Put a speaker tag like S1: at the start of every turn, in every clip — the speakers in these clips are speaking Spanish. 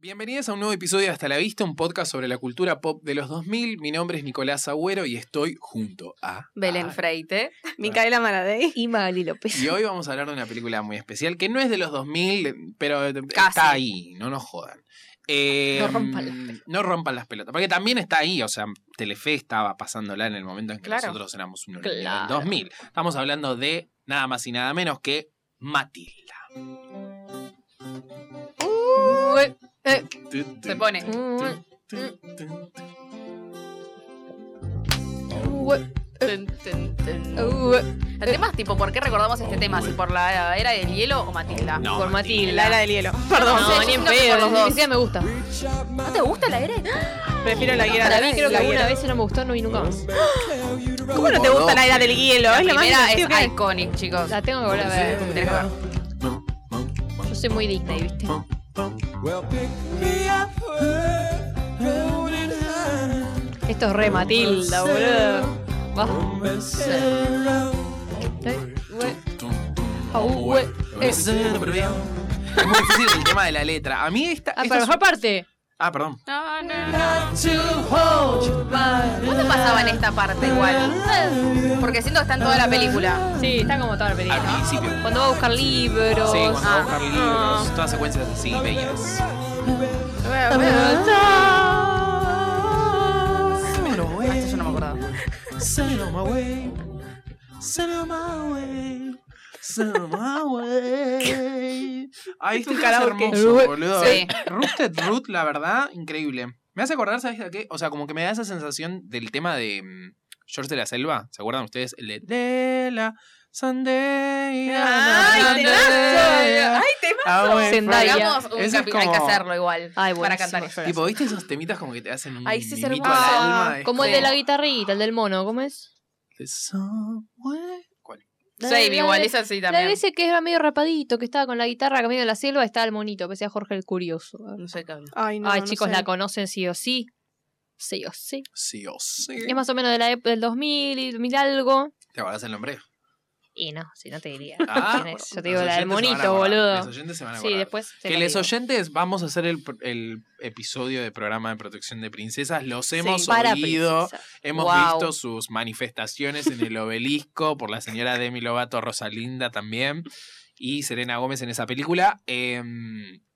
S1: Bienvenidos a un nuevo episodio de Hasta la Vista, un podcast sobre la cultura pop de los 2000. Mi nombre es Nicolás Agüero y estoy junto a...
S2: Belén Freite.
S3: Micaela Maradei.
S2: Y Magali López.
S1: Y hoy vamos a hablar de una película muy especial que no es de los 2000, pero
S2: Casi.
S1: está ahí, no nos jodan. Eh,
S2: No rompan las pelotas.
S1: No rompan las pelotas, porque también está ahí, o sea, Telefe estaba pasándola en el momento en que
S2: Claro.
S1: nosotros éramos un
S2: Claro.
S1: en el 2000. Estamos hablando de nada más y nada menos que Matilda.
S2: Ué, eh,
S1: Tu, tu,
S2: Se pone.
S3: Mm,
S1: tu, tu, tu, tu.
S2: ué,
S3: Tun, tun, tun.
S2: ué.
S3: uh. El tema es tipo, ¿por qué recordamos este tema? ¿Si por la era del hielo o Matilda?
S1: No,
S3: por
S1: Matilda.
S3: Matilda.
S2: La era del hielo.
S3: Perdón,
S2: No,
S3: sí,
S2: ni
S3: yo
S2: en
S3: creo que por
S2: pedo.
S3: los
S2: Ni
S3: dos.
S2: siquiera me gusta.
S3: ¿No te gusta la era?
S2: Prefiero la guía
S3: Para
S2: la
S3: mí creo
S2: la
S3: que
S2: guía.
S3: una
S4: vez y no me gustó, no vi nunca más.
S2: ¿Cómo no te
S1: Como
S2: gusta
S1: dos.
S2: la era del hielo? es lo más
S3: Primera
S2: divertido que
S3: es
S2: hay.
S3: iconic, chicos.
S4: La tengo que volver a ver.
S3: Tenés que ver.
S4: Yo soy muy Disney, ¿viste? Esto es re Matilda, boludo. Va.
S3: ¿eh?
S4: Au, we- eh.
S1: Es muy difícil el tema de la letra. A mí esta.
S4: Ah,
S1: esta
S4: pero
S1: es-
S4: mejor parte.
S1: ah, perdón.
S3: No, no, no. ¿Cuándo pasaba en esta parte igual? Porque siento que está en toda la película.
S4: Sí, está como toda la
S1: Al
S4: película.
S1: principio.
S4: Cuando va a buscar libros.
S1: Ah. Sí, cuando va a
S3: ah,
S1: buscar libros, todas secuencias así, bellas.
S3: Ah, esto yo no me acordaba.
S1: Send on my way. Send on my way. Send on my way. Ay, este tema es
S2: karaoke.
S1: hermoso, boludo.
S3: Sí.
S1: Rooted Root, la verdad, increíble. Me hace acordar, ¿sabes a qué? O sea, como que me da esa sensación del tema de mm, George de la Selva. ¿Se acuerdan ustedes? El de, de la Sunday. Ah,
S2: ¡Ay, temazo! ¡Ay, temazo!
S1: Ay,
S4: Zendaya.
S3: Hagamos un
S1: Ese es
S3: capi-
S1: como-
S3: Hay que hacerlo igual.
S4: Ay,
S3: para
S4: buenísimo,
S3: cantar
S4: yo
S3: eso.
S4: la
S1: Tipo, ¿viste esos temitas como que te hacen un
S3: Ay, sí, es
S1: mimito
S3: hermoso.
S1: al alma? Es
S4: Como el de la
S1: como-
S4: guitarrita, el del mono, ¿cómo es?
S1: The somewhere- ¿Cuál?
S3: Save igual, esa sí
S4: La de
S3: también.
S4: ese que era medio rapadito, que estaba con la guitarra camino de la selva, estaba el monito, que sea Jorge el Curioso.
S3: No sé qué hablo.
S2: Ay, no,
S4: Ay,
S2: no
S4: chicos,
S2: sé.
S4: la conocen sí o sí. Sí o sí.
S1: Sí o sí.
S4: Es más o menos de la ep- del 2000 y 2000 algo.
S1: ¿Te acordás el nombre?
S4: Y no, si no te diría.
S1: Ah,
S4: ¿Quién es?
S1: bueno,
S4: Yo te digo
S1: los
S4: la del
S1: oyentes se van a
S4: monito,
S1: acordar,
S4: boludo.
S1: Los oyentes se van a
S4: Sí,
S1: acordar.
S4: después. se
S1: Que
S4: lo
S1: les
S4: digo.
S1: oyentes, vamos a hacer el, pr- el episodio de programa de protección de princesas. Los hemos
S4: Para
S1: oído,
S4: princesas.
S1: hemos
S3: Wow.
S1: visto sus manifestaciones en el obelisco por la señora Demi Lovato, Rosalinda también, y Serena Gómez en esa película. Eh,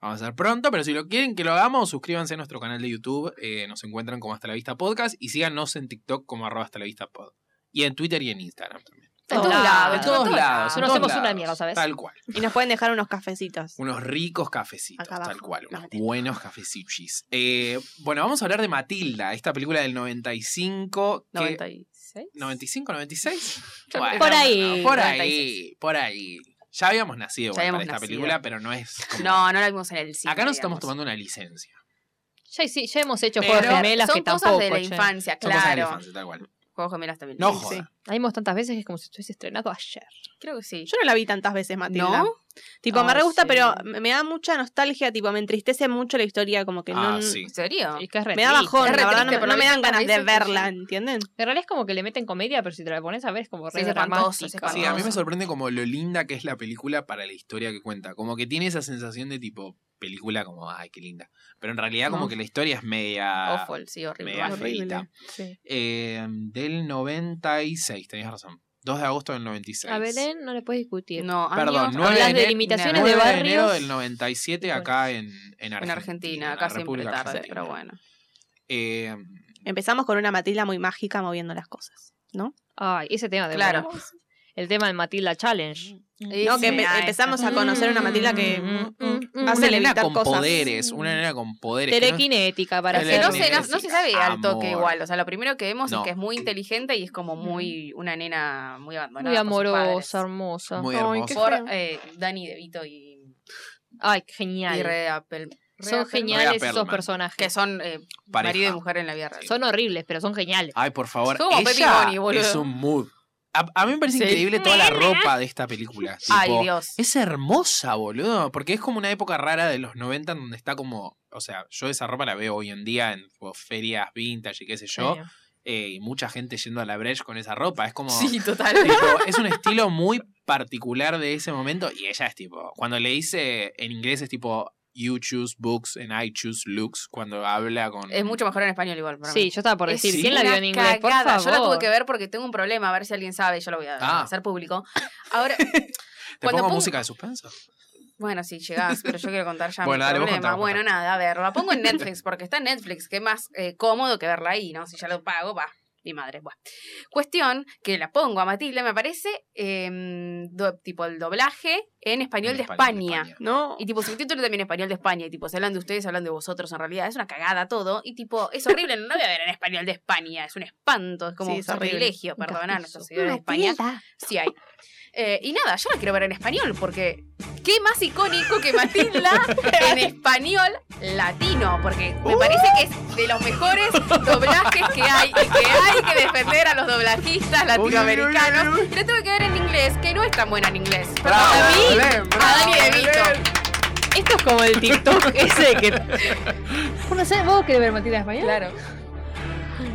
S1: vamos a hacer pronto, pero si lo quieren que lo hagamos, suscríbanse a nuestro canal de YouTube. eh, nos encuentran como Hasta la Vista Podcast y síganos en TikTok como arroba Hasta la Vista Pod. Y en Twitter y en Instagram también.
S4: En todos
S3: Ah,
S4: lados.
S1: En todos lados. en
S4: No
S1: todos
S4: hacemos una
S1: lados,
S4: mierda, ¿sabes?
S1: Tal cual.
S2: Y nos pueden dejar unos cafecitos.
S1: Unos ricos cafecitos,
S2: Acá abajo.
S1: tal cual.
S2: No,
S1: Unos
S2: mentira.
S1: buenos cafecichis. Eh, bueno, vamos a hablar de Matilda, esta película del 95. que-
S3: 96.
S1: ¿95, 96?
S3: Yo
S1: Bueno,
S4: por ahí.
S1: por
S3: 96.
S1: ahí, por ahí. Ya habíamos nacido
S3: Ya
S1: bueno,
S3: habíamos
S1: para esta
S3: nacido.
S1: película, pero no es. como-
S3: No, no la vimos en el cine.
S1: Acá nos estamos
S3: digamos.
S1: tomando una licencia.
S4: Ya, hici- ya hemos hecho
S1: Pero
S4: juegos gemelas
S3: Son
S4: que
S3: cosas
S4: tampoco.
S3: de la
S4: che.
S3: infancia,
S1: Son cosas de la
S3: claro.
S1: infancia, tal cual.
S3: Juegos gemelas también.
S1: No
S2: Sí,
S1: joda.
S4: La vimos tantas veces que es como si estuviese estrenado ayer.
S3: Creo que sí.
S2: Yo no la vi tantas veces, Matilda.
S3: ¿No?
S2: Tipo, me
S4: Ah,
S2: re gusta,
S4: sí.
S2: pero me me da mucha nostalgia, tipo, me entristece mucho la historia, como que
S1: Ah,
S2: no...
S1: sí.
S3: ¿En serio?
S4: Y que es re
S2: Me da
S4: triste.
S2: bajón,
S3: Es re
S2: la verdad,
S3: triste,
S2: no,
S3: pero
S2: no me dan
S3: tantas
S2: ganas de
S3: veces que
S2: verla,
S3: sí.
S2: ¿entienden?
S4: En realidad es como que le meten comedia, pero si te la pones a ver es como
S3: Sí,
S4: re
S3: es espantoso, es
S4: dramática.
S1: Sí, a mí me
S3: Hermoso.
S1: sorprende como lo linda que es la película para la historia que cuenta. Como que tiene esa sensación de tipo película como, ay, qué linda. Pero en realidad como
S4: No.
S1: que la historia es media...
S3: Awful, sí, horrible.
S1: media
S3: Horrible.
S2: horrible.
S1: feita.
S4: Sí.
S1: Eh, del 96, tenías razón. 2 de agosto del 96.
S4: A Belén no le puedes discutir.
S3: No,
S1: Perdón,
S3: años-
S1: nueve
S3: hablas
S1: de
S3: de
S1: enero-
S3: limitaciones
S1: 9
S4: nueve
S3: de
S1: de
S4: barrios.
S1: enero del 97 acá en, en Argentina.
S3: en Argentina, acá
S1: la
S3: siempre
S1: República
S3: tarde,
S1: Argentina.
S3: pero bueno.
S1: Eh,
S2: Empezamos con una Matilda muy mágica moviendo las cosas, ¿no?
S4: Ay, ese tema de
S3: Claro.
S4: bueno, El tema del Matilda
S1: Mm.
S4: Challenge.
S2: No, que
S3: Sí,
S2: empe-
S3: ahí
S2: empezamos
S3: está.
S2: a conocer una Matilda que...
S4: Mm.
S1: una
S2: Hace
S1: nena
S2: levitar
S1: con
S2: cosas.
S1: poderes, una nena con poderes. que no-
S4: Telequinética para
S3: Es que no
S1: Telequinética.
S3: se, no, no se sabe al
S1: Amor.
S3: toque igual. O sea, lo primero que vemos
S1: No.
S3: es que es muy inteligente y es como muy una nena muy abandonada.
S4: Muy
S3: por sus
S4: amorosa,
S3: padres.
S4: hermosa.
S1: Muy
S2: Ay, qué
S1: hermosa.
S3: Por,
S2: feo.
S3: eh, Dani DeVito y,
S4: Ay, qué
S3: y
S4: genial.
S3: Red Apple.
S4: son
S1: Rea
S4: geniales esos
S1: Perlman.
S4: personajes.
S3: Que son eh,
S1: Pareja.
S3: marido y mujer en la vida real.
S4: Son horribles, pero son geniales.
S1: Ay, por favor.
S3: Es como Petty
S1: ella
S3: Bonnie, boludo.
S1: es un mood. A, a mí me parece
S3: Sí.
S1: increíble toda la ropa de esta película.
S3: Ay,
S1: tipo,
S3: Dios.
S1: Es hermosa, boludo. Porque es como una época rara de los 90 en donde está como. O sea, yo esa ropa la veo hoy en día en tipo, ferias vintage y qué sé yo.
S4: Genio.
S1: eh, y mucha gente yendo a la Breche con esa ropa. Es como.
S3: Sí, total.
S1: tipo, es un estilo muy particular de ese momento. Y ella es tipo. Cuando le dice en inglés es tipo. You Choose Books en I Choose Looks cuando habla con.
S3: Es mucho mejor en español igual. para
S4: Sí,
S3: mí.
S4: yo estaba por
S3: Es
S4: decir,
S1: sí.
S4: ¿quién la vio en
S3: una
S4: inglés? Por
S3: cagada.
S4: favor.
S3: Yo la tuve que ver porque tengo un problema, a ver si alguien sabe, yo lo voy a
S1: Ah.
S3: hacer público. Ahora,
S1: ¿Te pongo
S3: cuando pongo-
S1: música de suspenso?
S3: bueno, sí, llegás, pero yo quiero contar ya
S1: Bueno,
S3: mi
S1: dale, vos
S3: problema.
S1: contá, vos
S3: bueno, nada, a ver, la pongo en Netflix porque está en Netflix, que es más eh, cómodo que verla ahí, ¿no? Si ya lo pago, va. Mi madre, bueno. Cuestión que la pongo a Matilde, me parece, em, do- tipo el doblaje en español
S1: En
S3: de
S1: español de
S3: España.
S1: España.
S2: No.
S3: Y tipo, subtítulo también en español de España. Y tipo, se hablan de ustedes, hablan de vosotros en realidad. Es una cagada todo. Y tipo, es horrible. No lo voy a ver en español de España. Es un espanto. Es como
S2: Sí,
S3: un
S2: es horrible.
S3: privilegio.
S4: Un
S3: Perdonar a
S4: castizo.
S3: nuestros seguidores de España. Sí hay. Eh, y nada, yo la quiero ver en español porque qué más icónico que Matilda en español latino. Porque me parece que es de los mejores doblajes que hay y que hay que defender a los doblajistas latinoamericanos. Y la tuve que ver en inglés, que no es tan buena en inglés. Pero para mí, a Dani De Vito.
S4: Esto es como el TikTok ese que. Bueno, ¿sabes? ¿Vos querés ver Matilda en español?
S3: Claro.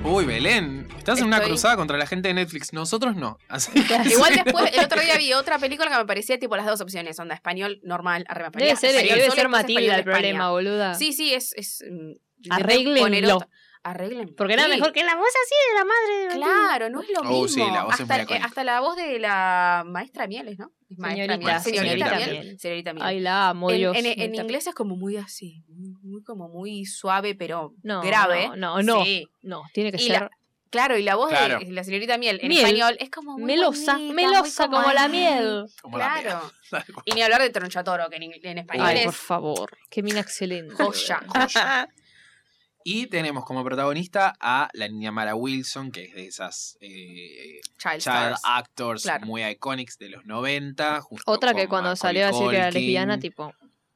S1: Uy, Belén, estás en una
S3: Estoy-
S1: cruzada contra la gente de Netflix. Nosotros no. Así que-
S3: Igual después, el otro día vi otra película que me parecía tipo las dos opciones, onda español normal, arrema español.
S4: Debe ser,
S3: español
S4: debe
S3: solo,
S4: ser
S3: después
S4: Matilda
S3: español
S4: el
S3: de España.
S4: problema, boluda.
S3: Sí, sí, es... es mm,
S4: Arréglenlo.
S3: poner otra- Arréglenlo.
S4: Porque era
S3: Sí,
S4: mejor que la voz así de la madre de Matilda.
S3: Claro, no es lo mismo.
S1: Oh, sí, la voz es
S3: hasta,
S1: muy icónica.
S3: eh, hasta la voz de la maestra Mieles, ¿no? Es Maestra
S4: Señorita,
S3: Mieles.
S1: señorita
S3: Señorita
S4: Mieles.
S3: Mieles. Señorita Mieles.
S4: Ay, la amo,
S3: En-
S4: Dios.
S3: en, en
S4: señorita.
S3: inglés es como muy así, muy, muy como muy suave, pero
S4: No,
S3: grave.
S4: no, no, no.
S3: Sí.
S4: No, tiene que
S3: Y
S4: ser
S3: la- Claro, y la voz
S1: Claro.
S3: de la señorita Miel en
S4: Miel.
S3: español es como muy
S4: melosa,
S3: bonita, muy
S4: melosa como la
S3: ay,
S4: miel.
S1: Como la mierda.
S3: Claro. Y ni hablar de tronchatoro, que en, ing- en español
S4: Ay,
S3: es
S4: por favor, qué mina excelente.
S3: joya, joya.
S2: Ah,
S1: Y tenemos como protagonista a la niña Mara Wilson, que es de esas eh,
S3: Child
S1: child
S3: stars.
S1: actors
S3: Claro.
S1: muy iconics de los 90. junto
S4: Otra
S1: con
S4: que cuando
S1: Macaulay
S4: salió a decir que era
S1: Culkin.
S4: lesbiana, tipo,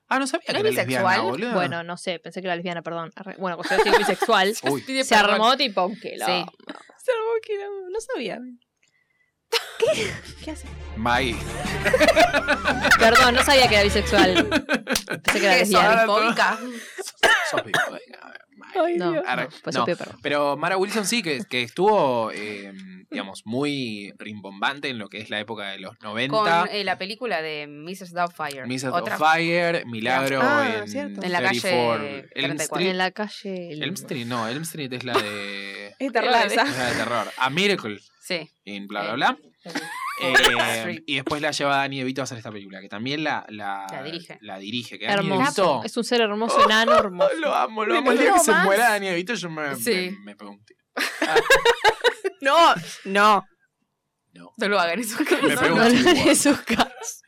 S1: Ah, no sabía
S3: ¿No
S1: que
S3: es
S1: era lesbiana,
S3: bisexual?
S1: boludo.
S4: bueno, no sé, pensé que era lesbiana, perdón. Arre- Bueno, cuestión de bisexual.
S1: Uy,
S3: Pide
S4: Se
S3: perdón.
S4: armó tipo, que la...
S3: Sí.
S2: se armó que no- No sabía. ¿Qué? ¿Qué hace?
S1: Maggie.
S4: Perdón, no sabía que era bisexual. Pensé que era
S3: ¿Qué sos,
S4: lesbiana.
S3: bifóbica?
S1: Sos eh. bifóbica, Maggie.
S2: Ay,
S4: No,
S2: Dios.
S1: Arre,
S4: no, pues
S1: no.
S4: pido perdón.
S1: Pero Mara Wilson sí, que, que estuvo, eh, digamos, muy rimbombante en lo que es la época de los 90.
S3: Con eh, la película de Mrs. Doubtfire.
S1: Mrs.
S3: Otra.
S1: Fire, Milagro
S2: Ah,
S1: en,
S2: cierto.
S3: En la calle
S1: 34. Elm
S3: 34.
S1: Street.
S4: En la calle... el-
S1: Elm Street, no, Elm Street es la de.
S2: Es terrible esa.
S1: es la de terror. A Miracle
S3: Sí.
S1: en bla bla bla. Eh,
S3: Street.
S1: y después la lleva Dani Evito a hacer esta película, que también la, la,
S3: La dirige.
S1: La dirige. Que Dani
S4: Hermoso.
S1: DeVito-
S4: Es un ser hermoso, enano, hermoso.
S1: Lo amo, lo amo. El
S3: Me
S1: día que
S3: enamoró
S1: se
S3: más.
S1: muera Dani Evito, yo me,
S3: Sí.
S1: me, me pego un tiro.
S2: No, no.
S1: No.
S3: No lo hagan, eso
S1: Me pego
S4: No
S1: un
S4: le
S1: tiro.
S4: hagan esos casos.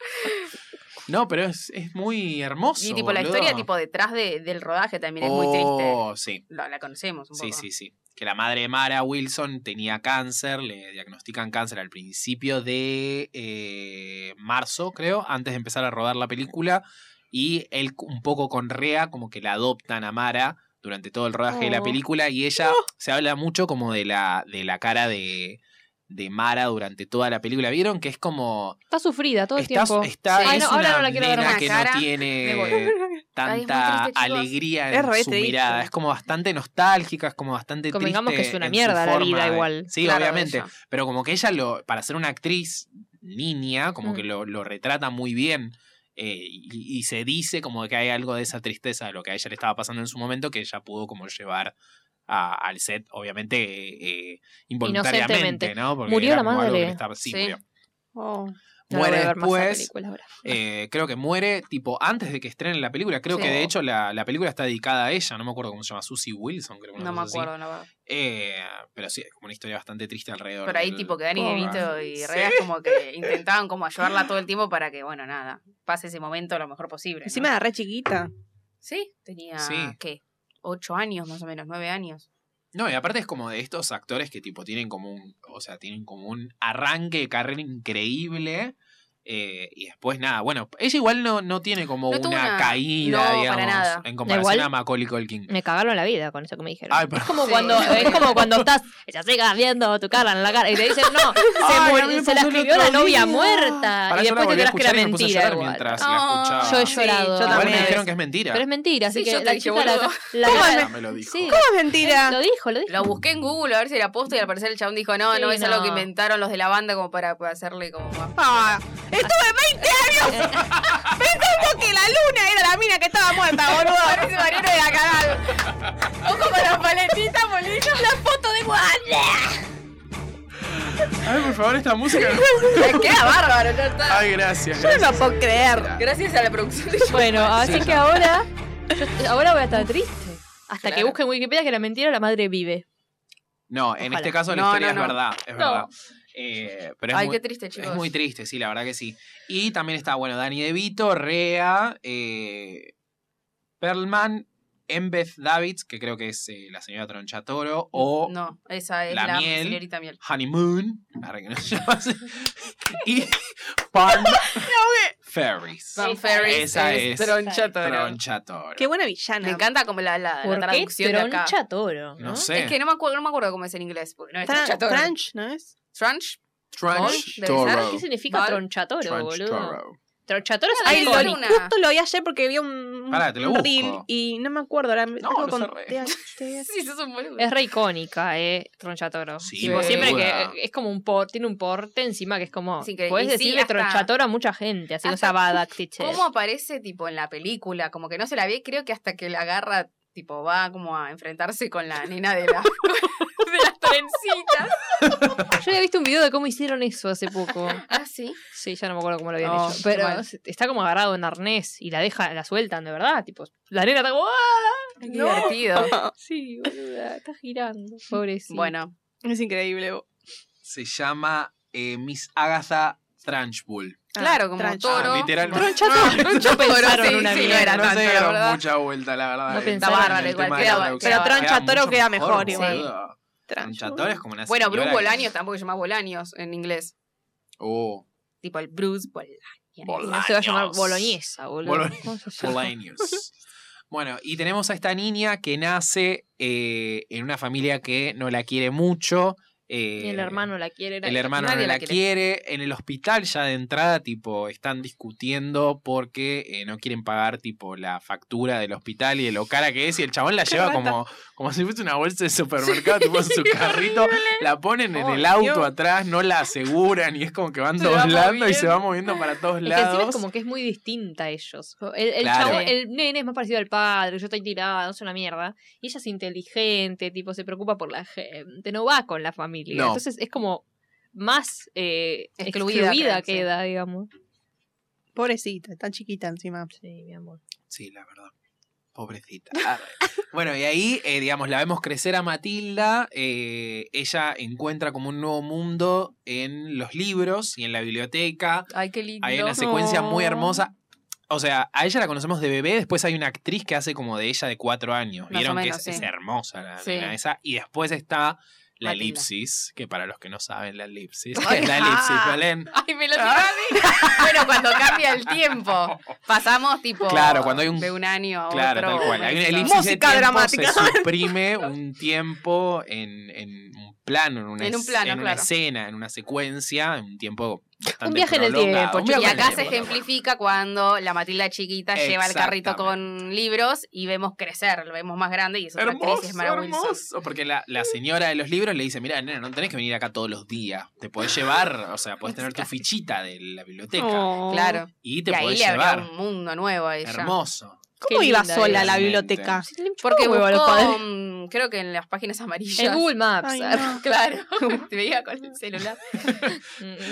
S1: No, pero es, es muy hermoso.
S3: Y tipo la
S1: boludo.
S3: historia tipo detrás de- del rodaje también es muy triste.
S1: Oh, sí.
S3: Lo- la conocemos un
S1: Sí,
S3: poco.
S1: sí, sí. Que la madre de Mara Wilson tenía cáncer, le diagnostican cáncer al principio de eh, marzo, creo, antes de empezar a rodar la película. Y él, un poco con Rea, como que la adoptan a Mara durante todo el rodaje de la
S4: Oh.
S1: película. Y ella se habla mucho como de la, de la cara de, de Mara durante toda la película. ¿Vieron? Que es como.
S4: Está sufrida todo el
S1: está,
S4: tiempo.
S1: está-
S3: Sí. Ay,
S1: es
S4: no, ahora
S1: una
S4: no la quiero ver
S1: nena
S3: más.
S1: que
S3: Cara,
S1: no
S3: me
S1: tiene
S3: voy. Ay, es muy
S1: tanta
S3: triste, chicos.
S1: alegría
S2: Es
S1: en
S2: re
S1: su
S2: triste.
S1: mirada. Es como bastante nostálgica, es como bastante
S4: Convengamos
S1: triste
S4: que es una
S1: en su
S4: mierda la
S1: forma
S4: vida
S1: de-
S4: igual.
S1: Sí,
S3: Claro,
S1: obviamente.
S3: ella.
S1: Pero como que ella, lo para ser una actriz niña, como
S4: Mm.
S1: que lo, lo retrata muy bien. eh, y, y se dice como que hay algo de esa tristeza de lo que a ella le estaba pasando en su momento que ella pudo como llevar a- al set, obviamente, eh, eh, involuntariamente,
S4: Inocentemente.
S1: ¿no? Porque
S4: Murió
S1: era
S4: la
S1: como algo que
S4: madre.
S1: le estaba- sí,
S3: Sí.
S1: murió.
S2: Oh.
S4: No la
S1: Muere
S4: voy a ver más esa
S1: después,
S4: película ahora.
S1: eh, creo que muere tipo antes de que estrenen la película. Creo
S3: Sí.
S1: que de hecho la, la película está dedicada a ella. No me acuerdo cómo se llama. Susie Wilson, creo que
S3: No me acuerdo, no me acuerdo.
S1: Eh, pero sí, es como una historia bastante triste alrededor.
S3: Por ahí
S1: del-
S3: tipo que Dani
S1: Ah,
S3: DeVito y
S1: sí.
S3: Reas como que intentaban como ayudarla todo el tiempo para que, bueno, nada, pase ese momento lo mejor posible. ¿no?
S2: Encima era re chiquita.
S3: Sí, tenía,
S1: Sí.
S3: ¿qué? Ocho años más o menos, nueve años.
S1: No, y aparte es como de estos actores que tipo tienen como un. O sea, tienen como un arranque de carrera increíble. eh, y después nada. Bueno, ella igual no, no tiene como
S3: No
S1: una,
S3: tuvo una-
S1: caída,
S3: no, para
S1: digamos.
S3: nada.
S1: En comparación
S4: Igual-
S1: a Macaulay Culkin.
S4: Me cagaron la vida con eso que me dijeron.
S1: Ay, perdón.
S4: es como
S3: Sí.
S4: cuando es como cuando estás, ella sigue viendo tu cara en la cara y te dicen, "No, se,
S1: Ay,
S4: murió-
S1: a mí me
S4: se la
S1: pasó el
S4: escribió
S1: otro
S4: la novia
S1: día.
S4: muerta"
S1: Pará,
S4: y
S1: yo la
S4: después te
S1: volví a
S4: enterás que era
S1: escuchar y me puse a
S4: mentira
S1: llorar
S4: igual.
S1: mientras
S3: Ah,
S1: la escuchaba.
S4: Yo he
S3: Sí,
S4: llorado.
S3: yo
S1: Igual
S4: alguna
S1: me
S2: también.
S1: dijeron
S4: vez.
S1: que es mentira.
S4: Pero es mentira, así
S3: Sí,
S4: que
S3: yo
S4: la
S3: te dije,
S4: chica la,
S3: boludo.
S4: la-
S1: Ella me lo dijo.
S4: Sí,
S2: ¿Cómo es mentira?
S4: lo dijo, lo dijo.
S3: Lo busqué en Google a ver si era posta y al parecer el chabón dijo, no,
S4: Sí,
S3: no, es algo que
S4: no.
S2: Ah.
S3: inventaron los de la banda como para hacerle como... más-
S2: Pensando que la luna era la mina que estaba muerta, boludo.
S3: Parece Mariano de la canal. Ojo con la paletita, bolillo. La foto de Wanda.
S1: Ay, por favor, esta música.
S3: Me queda bárbaro. ya está.
S1: Ay, gracias.
S2: Yo
S1: gracias.
S2: no puedo creer.
S3: Gracias a la producción de yo.
S4: Bueno, así
S1: Sí.
S4: que ahora. yo- ahora voy a estar triste. Hasta que
S3: Claro.
S4: busque en Wikipedia que la mentira la madre vive.
S1: No, en
S4: Ojalá.
S1: este caso la
S3: No,
S1: historia
S3: no,
S1: es
S3: no.
S1: verdad, es
S4: No.
S1: verdad. Eh, pero es,
S3: Ay,
S1: muy,
S3: qué triste, chicos.
S1: es muy triste, sí, la verdad que sí. Y también está, bueno, Dani DeVito, Rea, eh, Perlman, Embeth Davids, que creo que es eh, la señora Tronchatoro, o
S3: No, esa es
S1: La
S3: la,
S1: miel.
S3: señorita miel.
S1: Honeymoon, ahora que no se llama así, y Palm Ferries.
S3: Van
S4: Esa
S3: Ferris
S1: Esa es
S3: Tronchatoro.
S1: Tronchatoro.
S2: Qué buena
S3: Me
S2: villana.
S3: encanta como la, la, la
S4: ¿Por qué
S3: traducción de acá.
S4: troncha toro?
S1: No
S4: ¿no?
S1: sé.
S3: Es que no me acuerdo, no me acuerdo cómo es en inglés. porque No es
S2: Tran-
S3: tronchatoro.
S2: Tranch, ¿no es?
S3: Trunch. Debe ser,
S1: Tronchatoro.
S4: ¿Qué significa
S3: Mal.
S4: tronchatoro, boludo?
S1: Tronchatoro.
S4: Tronchatoro es
S3: Ay,
S2: Ay,
S4: algo
S2: lo,
S3: la
S4: ni-
S3: luna.
S2: justo lo vi ayer porque vi un,
S1: Pará, te lo
S2: un
S1: busco.
S2: reel y no me acuerdo ahora. me-
S1: No,
S2: algo
S1: lo
S2: con
S1: cerré.
S2: TH.
S3: Sí, sos un boludo.
S4: Es re icónica, eh, Tronchatoro.
S1: Sí,
S4: Tipo,
S3: boluda.
S4: siempre que es como un porte, tiene un porte encima que es como.
S3: Es increíble.
S4: Podés
S3: Y sí,
S4: decirle
S3: hasta-
S4: Tronchatoro a mucha gente, así no
S3: hasta-
S4: sea Badak, teacher.
S3: ¿Cómo aparece tipo en la película? Como que no se la ve, creo que hasta que la agarra, tipo, va como a enfrentarse con la nena de, la, de las trencitas.
S4: Yo había visto un video de cómo hicieron eso hace poco.
S3: Ah, sí.
S4: Sí, ya no me acuerdo cómo lo habían
S3: No,
S4: hecho. Pero
S3: mal.
S4: está como agarrado en arnés y la deja, la sueltan de verdad. Tipo, la nena está como. ¡Ah!
S3: Qué
S2: No.
S3: divertido.
S4: Sí, boluda, está girando. Pobrecito.
S3: Bueno,
S2: Es increíble. bo-
S1: Se llama eh, Miss Agatha Trunchbull.
S2: Ah,
S3: claro, como
S2: Tranch.
S3: toro.
S1: Ah, literal.
S3: como-
S4: Tronchatoro. No, pensaron
S3: sí,
S4: una
S3: sí, no
S4: mierda.
S3: era
S1: no
S3: tanto,
S1: se
S3: la
S1: dieron
S3: verdad.
S1: mucha vuelta, la verdad.
S4: No
S1: en-
S4: pensaron.
S1: en el
S4: Bárbaro,
S1: tema
S3: igual,
S1: de la
S3: queda-
S1: traducción.
S3: pero
S2: Tronchatoro
S1: mucho
S2: queda mejor
S3: igual.
S1: boludo.
S2: Tranch.
S1: Tronchatoro es como una
S3: Bueno,
S1: señora
S3: Bruce
S1: que-
S3: Bolaños tampoco se llama Bolaños en inglés.
S1: Oh,
S3: Tipo el Bruce Bolaños.
S4: No se va a llamar
S1: Bolaños.
S4: boloñesa, boludo.
S1: Bolo-
S4: ¿Cómo se llama?
S1: Bolaños. Bueno, y tenemos a esta niña que nace eh, en una familia que no la quiere mucho. eh,
S4: Y el hermano la quiere. era-
S1: El hermano
S3: nadie
S1: no la,
S3: la
S1: quiere. En el hospital ya de entrada, tipo, están discutiendo porque eh, no quieren pagar, tipo, la factura del hospital y de lo cara que es. Y el chabón la lleva
S2: rata.
S1: como, como si fuese una bolsa de supermercado, tipo, en su carrito. La ponen en
S2: Oh,
S1: el auto
S2: Dios.
S1: atrás, no la aseguran y es como que van
S3: Se va
S1: doblando y se
S3: moviendo.
S1: va moviendo para todos
S4: Es que encima
S1: lados.
S4: es como que es muy distinta a ellos. El, el
S1: Claro.
S4: chabón- el nene es más parecido al padre, yo estoy tirada, no es una mierda. Y ella es inteligente, tipo, se preocupa por la gente, no va con la familia.
S1: No.
S4: Entonces es como más eh,
S3: Excluida queda,
S4: excluida, queda,
S3: sí.
S4: digamos.
S2: Pobrecita, tan chiquita encima.
S4: Sí, mi amor.
S1: Sí, la verdad. Pobrecita. Arre. bueno, y ahí, eh, digamos, la vemos crecer a Matilda. eh, ella encuentra como un nuevo mundo en los libros y en la biblioteca.
S3: Ay, qué lindo.
S1: Hay una secuencia muy
S2: No.
S1: hermosa. O sea, a ella la conocemos de bebé, después hay una actriz que hace como de ella de cuatro años.
S3: Más o
S1: Vieron
S3: menos,
S1: que es,
S3: sí.
S1: es hermosa la
S3: Sí.
S1: nena esa. Y después está la
S3: Matilda.
S1: elipsis, que para los que no saben la elipsis,
S3: Ay,
S1: es la elipsis,
S2: ah.
S1: Belén.
S3: Ay, me lo tiraste. Ah. Bueno, cuando cambia el tiempo. Pasamos tipo
S1: Claro, cuando hay un-
S3: de un año a
S1: Claro,
S3: otro.
S1: tal cual. Hay una
S3: Bueno,
S1: elipsis de
S2: Música
S1: tiempo,
S2: dramática.
S1: Se suprime un tiempo en, en un plano, en una,
S3: En un
S1: es-
S3: plano,
S1: en una
S3: claro.
S1: escena, en una secuencia, en un tiempo. bastante
S4: Un viaje en el
S1: prolongado.
S4: tiempo,
S1: Un viaje
S3: Y
S1: en el
S3: acá
S1: tiempo,
S3: se
S1: tal cual.
S3: ejemplifica cuando la Matilda chiquita lleva el carrito con libros y vemos crecer, lo vemos más grande y es otra actriz, es
S1: Hermoso,
S3: Mara Wilson.
S1: hermoso. Porque la, la señora de los libros le dice: Mira, nena, no tenés que venir acá todos los días. Te podés llevar, o sea, podés tener tu fichita de la biblioteca
S2: Oh.
S3: Claro.
S1: y
S3: Y
S1: te
S3: ahí
S1: podés
S3: le habrá
S1: llevar.
S3: un mundo nuevo a ella.
S1: Hermoso.
S2: ¿Cómo
S4: Qué
S2: iba
S4: linda
S2: sola
S4: era.
S2: a la
S1: realmente.
S2: biblioteca?
S3: Porque
S4: Huevo a los
S3: buscó,
S4: padres.
S3: mm, creo que en las páginas amarillas.
S4: En Google Maps.
S2: Ay, no.
S3: Claro, te veía con el celular.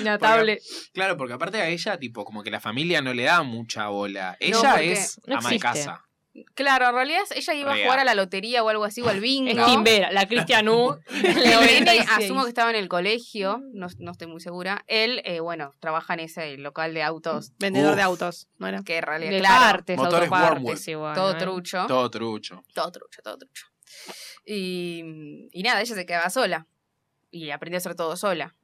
S4: Una tablet.
S1: Claro, porque aparte a ella, tipo, como que la familia no le da mucha bola. Ella
S3: porque
S1: es
S4: no
S1: ama de
S4: existe.
S1: casa.
S3: Claro, en realidad ella iba a
S1: Rea.
S3: jugar a la lotería o algo así, o al bingo.
S4: Es Timbera, la Cristian U.
S3: El nene,
S4: 96.
S3: asumo que estaba en el colegio, no, no estoy muy segura. Él, eh, bueno, trabaja en ese local de autos,
S2: Vendedor de
S1: Uf.
S2: autos, ¿no era?
S3: que en realidad,
S4: De
S3: claro,
S4: partes,
S1: Motores
S4: autopartes igual.
S3: todo
S4: ¿no?
S3: trucho, todo.
S1: Todo trucho.
S3: trucho, eh. todo trucho. Y, y nada, ella se quedaba sola. Y aprendió a hacer todo sola.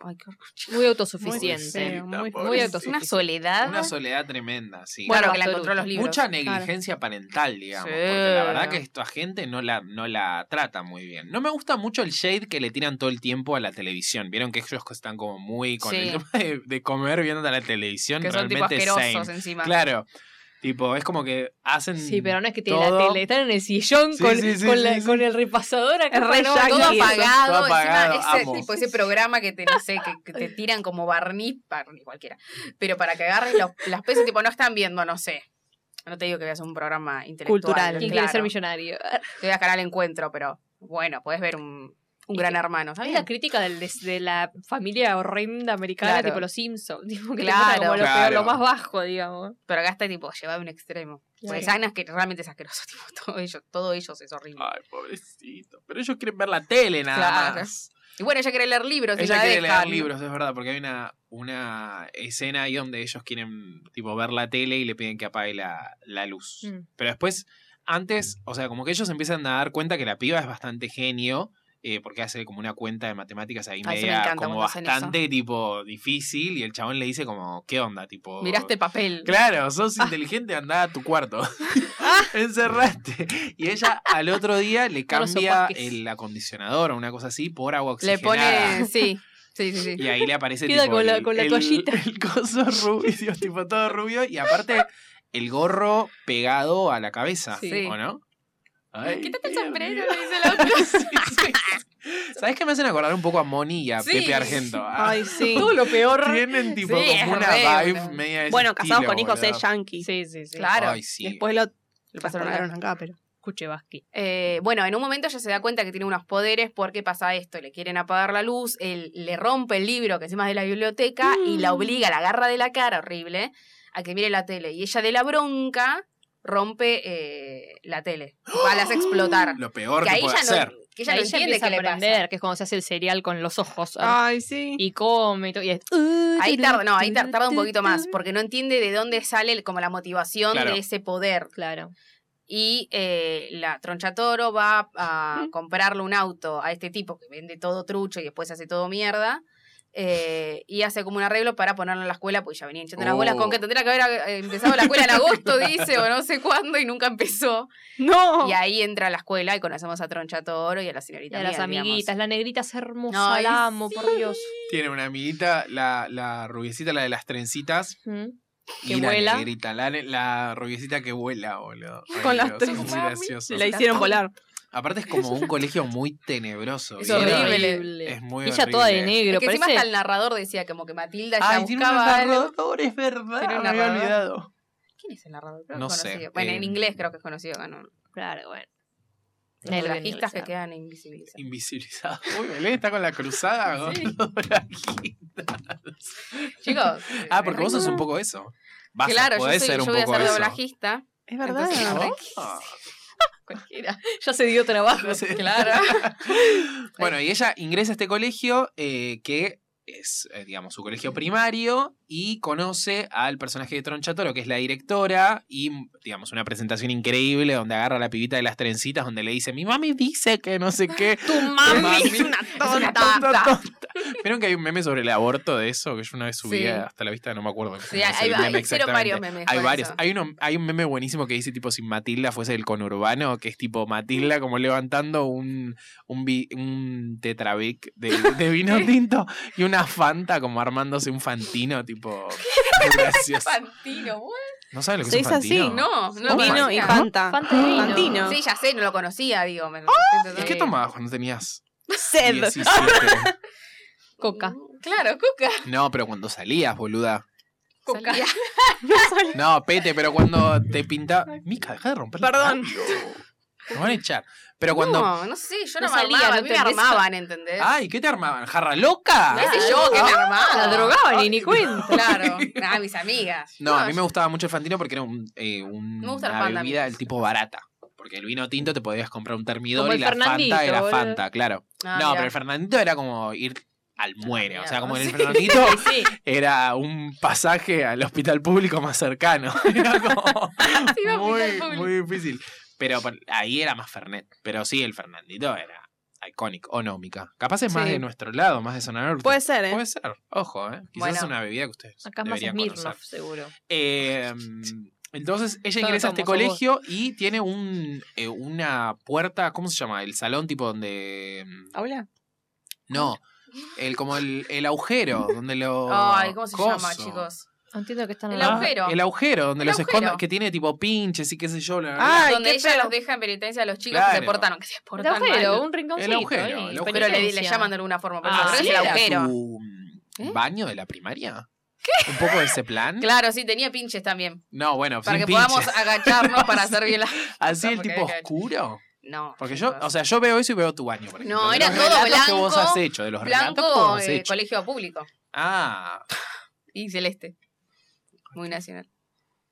S3: Ay, qué horror.
S4: Muy autosuficiente.
S1: Muy
S2: feo, muy
S1: Pobrecita,
S4: Muy
S1: pobrecita.
S4: autosuficiente.
S3: Una soledad.
S1: Una soledad tremenda, sí.
S3: bueno,
S4: Claro,
S3: que la encontró en los libros.
S1: Mucha negligencia parental, digamos.
S3: Sí.
S1: Porque la verdad que esta gente no la, no la trata muy bien. No me gusta mucho el shade que le tiran todo el tiempo a la televisión. Vieron que ellos están como muy con
S3: Sí.
S1: el tema de, de comer viendo la televisión.
S3: que son tipo
S1: realmente
S3: asquerosos
S1: same.
S3: encima.
S1: Claro. Tipo, es como que hacen.
S4: Sí, pero no es que tiene la
S1: todo.
S4: tele, están en el sillón
S1: Sí,
S4: con,
S1: sí, sí,
S4: con
S1: sí,
S4: la-
S1: sí.
S4: con el repasador acá.
S2: Es re
S4: para no-
S2: yankee.
S3: Todo
S2: Todo
S3: apagado, encima
S1: apagado,
S3: ese
S1: amo.
S3: tipo, ese programa que te, no sé, que, que te tiran como barniz, barniz cualquiera, pero para que agarres los- las peces, tipo, no están viendo, no sé. No te digo que veas un programa intelectual.
S2: Cultural.
S4: ¿Quién quiere
S3: claro.
S4: ser millonario?
S3: Te voy a Canal Encuentro, pero bueno, puedes ver un, un
S4: Y
S3: gran
S4: que-
S3: hermano. ¿está
S4: Es
S3: bien?
S4: la crítica del- de, de la familia horrenda americana,
S3: Claro.
S4: tipo los Simpsons. Tipo, que te
S3: Claro.
S4: muestran como lo peor,
S1: Claro.
S4: lo más bajo, digamos.
S3: Pero acá está tipo llevado a un extremo. Porque
S4: Sí.
S3: Sana es que realmente es asqueroso, tipo, todo ellos, todo ellos es horrible.
S1: Ay, pobrecito. Pero ellos quieren ver la tele nada
S3: Claro.
S1: más.
S3: Y bueno, ella quiere leer libros, y
S1: Ella
S3: la
S1: quiere
S3: dejan.
S1: leer libros, es verdad, porque hay una, una escena ahí donde ellos quieren tipo ver la tele y le piden que apague la, la luz.
S4: Mm.
S1: Pero después, antes, o sea, como que ellos empiezan a dar cuenta que la piba es bastante genio, eh, porque hace como una cuenta de matemáticas ahí
S3: Ay, eso me
S1: media
S3: encanta
S1: como
S3: cuando hacen eso.
S1: bastante tipo difícil, y el chabón le dice como, ¿qué onda? Tipo.
S3: Miraste el Ah. papel.
S1: Claro, sos inteligente, andá a tu cuarto. Encerraste. Y ella al otro día le
S4: Claro,
S1: cambia
S4: sopaques.
S1: el acondicionador o una cosa así por agua
S3: Le
S1: oxigenada.
S3: pone. Sí, sí, sí. sí.
S1: Y ahí le aparece
S4: Queda
S1: tipo,
S4: con la-
S1: el-
S4: con la
S1: el-
S4: toallita.
S1: El coso rubio, tipo todo rubio. Y aparte, el gorro pegado a la cabeza.
S3: Sí.
S1: ¿O no?
S3: Quítate el
S1: Dios
S3: sombrero,
S1: mío.
S3: le dice la otra.
S1: Sí, sí. ¿Sabes qué me hacen acordar un poco a Moni y a
S3: Sí.
S1: Pepe Argento? Ah,
S4: Ay, sí.
S3: Todo lo peor.
S1: Tienen tipo
S3: Sí,
S1: como
S3: es
S1: una
S3: re,
S1: vibe
S3: boludo.
S1: media de ese
S2: Bueno, casados
S1: estilo,
S2: con hijos
S1: boludo.
S2: es yankee.
S4: Sí, sí, sí.
S3: Claro.
S1: Ay, sí.
S2: Después lo,
S3: Lo pasaron
S2: pasaron
S3: acá.
S2: acá, pero.
S4: Kuchevaski.
S3: Eh, bueno, en un momento ella se da cuenta que tiene unos poderes porque pasa esto, le quieren apagar la luz, él le rompe el libro que encima es de la biblioteca y
S4: Mm.
S3: la obliga, la agarra de la cara, horrible, a que mire la tele. Y ella de la bronca rompe eh, la tele, va a las explotar.
S1: Lo peor
S3: que
S1: que,
S3: ahí
S1: puede
S3: ya
S1: hacer.
S3: no, que ella no
S4: Ahí ya
S3: entiende
S4: empieza
S3: qué
S4: a
S3: le
S4: aprender,
S3: pasa.
S4: que es cuando se hace el cereal con los ojos.
S1: Ah.
S2: Ay, sí.
S4: Y come y todo. Y es, "Uh,
S3: Ahí tarda, no, ahí tar- tarda un poquito más, porque no entiende de dónde sale como la motivación
S1: Claro.
S3: de ese poder.
S4: Claro.
S3: Y eh, la tronchatoro va a
S2: Mm.
S3: comprarle un auto a este tipo que vende todo trucho y después hace todo mierda. eh, y hace como un arreglo para ponerlo en la escuela, pues ya venía hinchando las
S1: Oh.
S3: bolas con que tendría que haber eh, empezado la escuela en agosto, dice, o no sé cuándo, y nunca empezó.
S2: No.
S3: Y ahí entra a la escuela y conocemos a Tronchatoro y a la señorita.
S4: Oh. Y a las
S3: Miel, digamos.
S4: amiguitas, la negrita es hermosa,
S3: Ay,
S4: la amo, por Dios.
S1: Tiene una amiguita, la, la rubiecita, la de las trencitas.
S4: Mm.
S1: y
S4: Que vuela.
S1: La, negrita, la, ne- la rubiecita que vuela, boludo. Ay,
S2: Con las
S1: Dios, es muy
S3: trencitas.
S1: gracioso.
S2: La hicieron volar.
S1: Aparte es como un colegio muy tenebroso.
S3: Es
S1: ¿vieron?
S3: horrible.
S1: Es muy
S4: Y ella toda de
S1: horrible.
S4: negro,
S3: Es que encima
S4: parece-
S3: hasta el narrador decía como que Matilda ya
S1: Ay, tiene un
S3: buscaba algo.
S1: narrador, es verdad.
S3: Tiene un
S1: me había
S3: narrador.
S1: olvidado.
S3: ¿Quién es el narrador? Creo que
S1: No
S3: es conocido.
S1: sé,
S3: Bueno,
S1: eh,
S3: en inglés creo que es conocido acá, ¿no?
S4: Claro, bueno.
S3: Los
S4: Nelly
S3: bajistas que
S4: Benilson.
S3: quedan invisibilizados.
S1: Invisibilizado. Uy, Belén está con la cruzada. con
S3: Sí.
S1: los doblajitas.
S3: Chicos.
S1: Ah, porque vos sos
S3: eh,
S1: un poco eso. Vas
S3: claro,
S1: a,
S3: yo,
S1: podés
S3: soy,
S1: ser
S3: yo
S1: un
S3: voy a
S1: poco
S3: ser
S1: eso.
S3: doblajista.
S2: Es verdad.
S3: Entonces,
S1: Ah.
S3: Cualquiera.
S4: Ya se dio trabajo.
S1: No sé.
S3: Claro.
S1: Bueno, y ella ingresa a este colegio eh, que es, eh, digamos, su colegio primario y conoce al personaje de Tronchatoro, que es la directora, y, digamos, una presentación increíble donde agarra a la pibita de las trencitas, donde le dice, mi mami dice que no sé qué.
S4: Tu mami
S1: Mami.
S4: es una
S1: Es una
S4: tonta.
S1: tonta, tonta. ¿Vieron que hay un meme sobre el aborto de eso? Que yo una vez subí
S3: Sí.
S1: hasta la vista, no me acuerdo.
S3: Sí,
S1: cómo es
S3: hay,
S1: el
S3: hay-
S1: meme
S3: hicieron varios
S1: exactamente.
S3: memes.
S1: Hay
S3: con
S1: varios.
S3: eso.
S1: Hay, uno, hay un meme buenísimo que dice tipo si Matilda fuese el conurbano, que es tipo Matilda como levantando un, un, vi- un tetravic de, de vino tinto y una Fanta como armándose un fantino tipo gracioso.
S3: Fantino, bueno.
S1: ¿No saben lo que
S2: Se
S1: es un
S2: dice así,
S1: fantino?
S3: No, no lo
S1: ¿Cómo?
S2: Fantino y
S3: conocía.
S2: Fanta.
S4: Fanta de vino.
S2: Fantino.
S3: Sí, ya sé, no lo conocía, digo.
S4: Ah,
S3: me-
S1: ¿Y qué tomabas cuando tenías
S2: Sed.
S1: 17?
S4: Coca.
S3: Claro, coca.
S1: No, pero cuando salías, boluda.
S3: Coca.
S2: Salía.
S1: No, pete, pero cuando te pintaba... Mica, deja de romper. la
S2: Perdón.
S1: radio. Nos van a echar. Pero cuando... Ah.
S3: No, no sé, yo no,
S4: No
S3: me
S4: salía,
S3: armaba,
S4: ¿no
S3: a mí me
S4: entendés?
S3: armaban, ¿entendés?
S1: Ay, ¿qué te armaban? ¿Jarra loca?
S3: ¿Qué sé yo que me armaba?
S4: Ah. La drogaban y ni cuenta.
S3: Claro, nada, mis amigas.
S1: No, a mí me gustaba mucho el Fantino porque era un, eh, un-
S3: Me gusta el
S1: una
S3: Fanta,
S1: bebida
S3: me
S1: del tipo barata. Porque el vino tinto te podías comprar un termidor
S4: Como
S1: y
S4: el
S1: la
S4: Fernandito,
S1: Fanta era
S4: boludo.
S1: Fanta, claro.
S3: Ah,
S1: no,
S3: mirá.
S1: pero el Fernandito era como ir al muere. O sea, como en el
S3: Sí.
S1: Fernandito
S4: Sí,
S1: era un pasaje al hospital público más cercano. Era como
S3: Sí, iba a hospital
S1: muy,
S3: público.
S1: muy difícil. Pero pa- ahí era más Fernet. Pero sí, el Fernandito era icónico o no, Mica. Capaz es más
S2: Sí.
S1: de nuestro lado, más de zona norte.
S2: Puede ser, ¿eh?
S1: Puede ser. Ojo, ¿eh? Quizás
S3: Bueno.
S1: es una bebida que ustedes
S4: acá es más
S1: deberían conocer.
S4: Smirnoff, seguro.
S1: Eh, entonces ella
S4: Todos
S1: ingresa a este
S4: somos, somos.
S1: colegio y tiene un, eh, una puerta, ¿cómo se llama? El salón tipo donde...
S2: ¿Aula?
S1: No, el, como el, el agujero donde lo...
S3: Ay, ¿cómo se llama,
S1: coso. Ah,
S3: chicos?
S4: No entiendo que están
S3: El
S4: hablando.
S3: agujero.
S1: el agujero, donde
S3: El
S1: los
S3: agujero.
S1: esconde, que tiene tipo pinches y qué sé yo. la-
S2: Ah, Ay,
S3: donde
S2: qué
S3: ella
S2: feo.
S3: los deja en penitencia a los chicos que
S1: Claro.
S3: se portan, aunque se
S4: El
S3: portan
S4: agujero,
S3: mal.
S4: un rinconcito.
S1: agujero,
S4: ahí,
S1: el agujero.
S3: Pero le, le
S4: penitencia.
S3: llaman de alguna forma, pero
S4: Ah,
S3: yo creo que
S4: ¿sí
S3: es el
S4: era
S3: agujero.
S1: tu, mm,
S3: ¿Eh?
S1: baño de la primaria? ¿Un poco de ese plan?
S3: Claro, sí, tenía pinches también.
S1: No, bueno,
S3: Para
S1: sin
S3: que
S1: pinches.
S3: podamos agacharnos para hacer bien la...
S1: Así el
S3: porque
S1: tipo
S3: hay que-
S1: oscuro.
S3: No.
S1: Porque yo,
S3: chicos.
S1: o sea, yo veo eso y veo tu baño. por ejemplo.
S3: No,
S1: De
S3: era
S1: los
S3: todo
S1: relatos que vos
S3: blanco,
S1: has hecho, de los relatos que vos
S3: Blanco,
S1: has
S3: eh,
S1: hecho.
S3: colegio público.
S1: Ah,
S3: Y celeste. Muy nacional.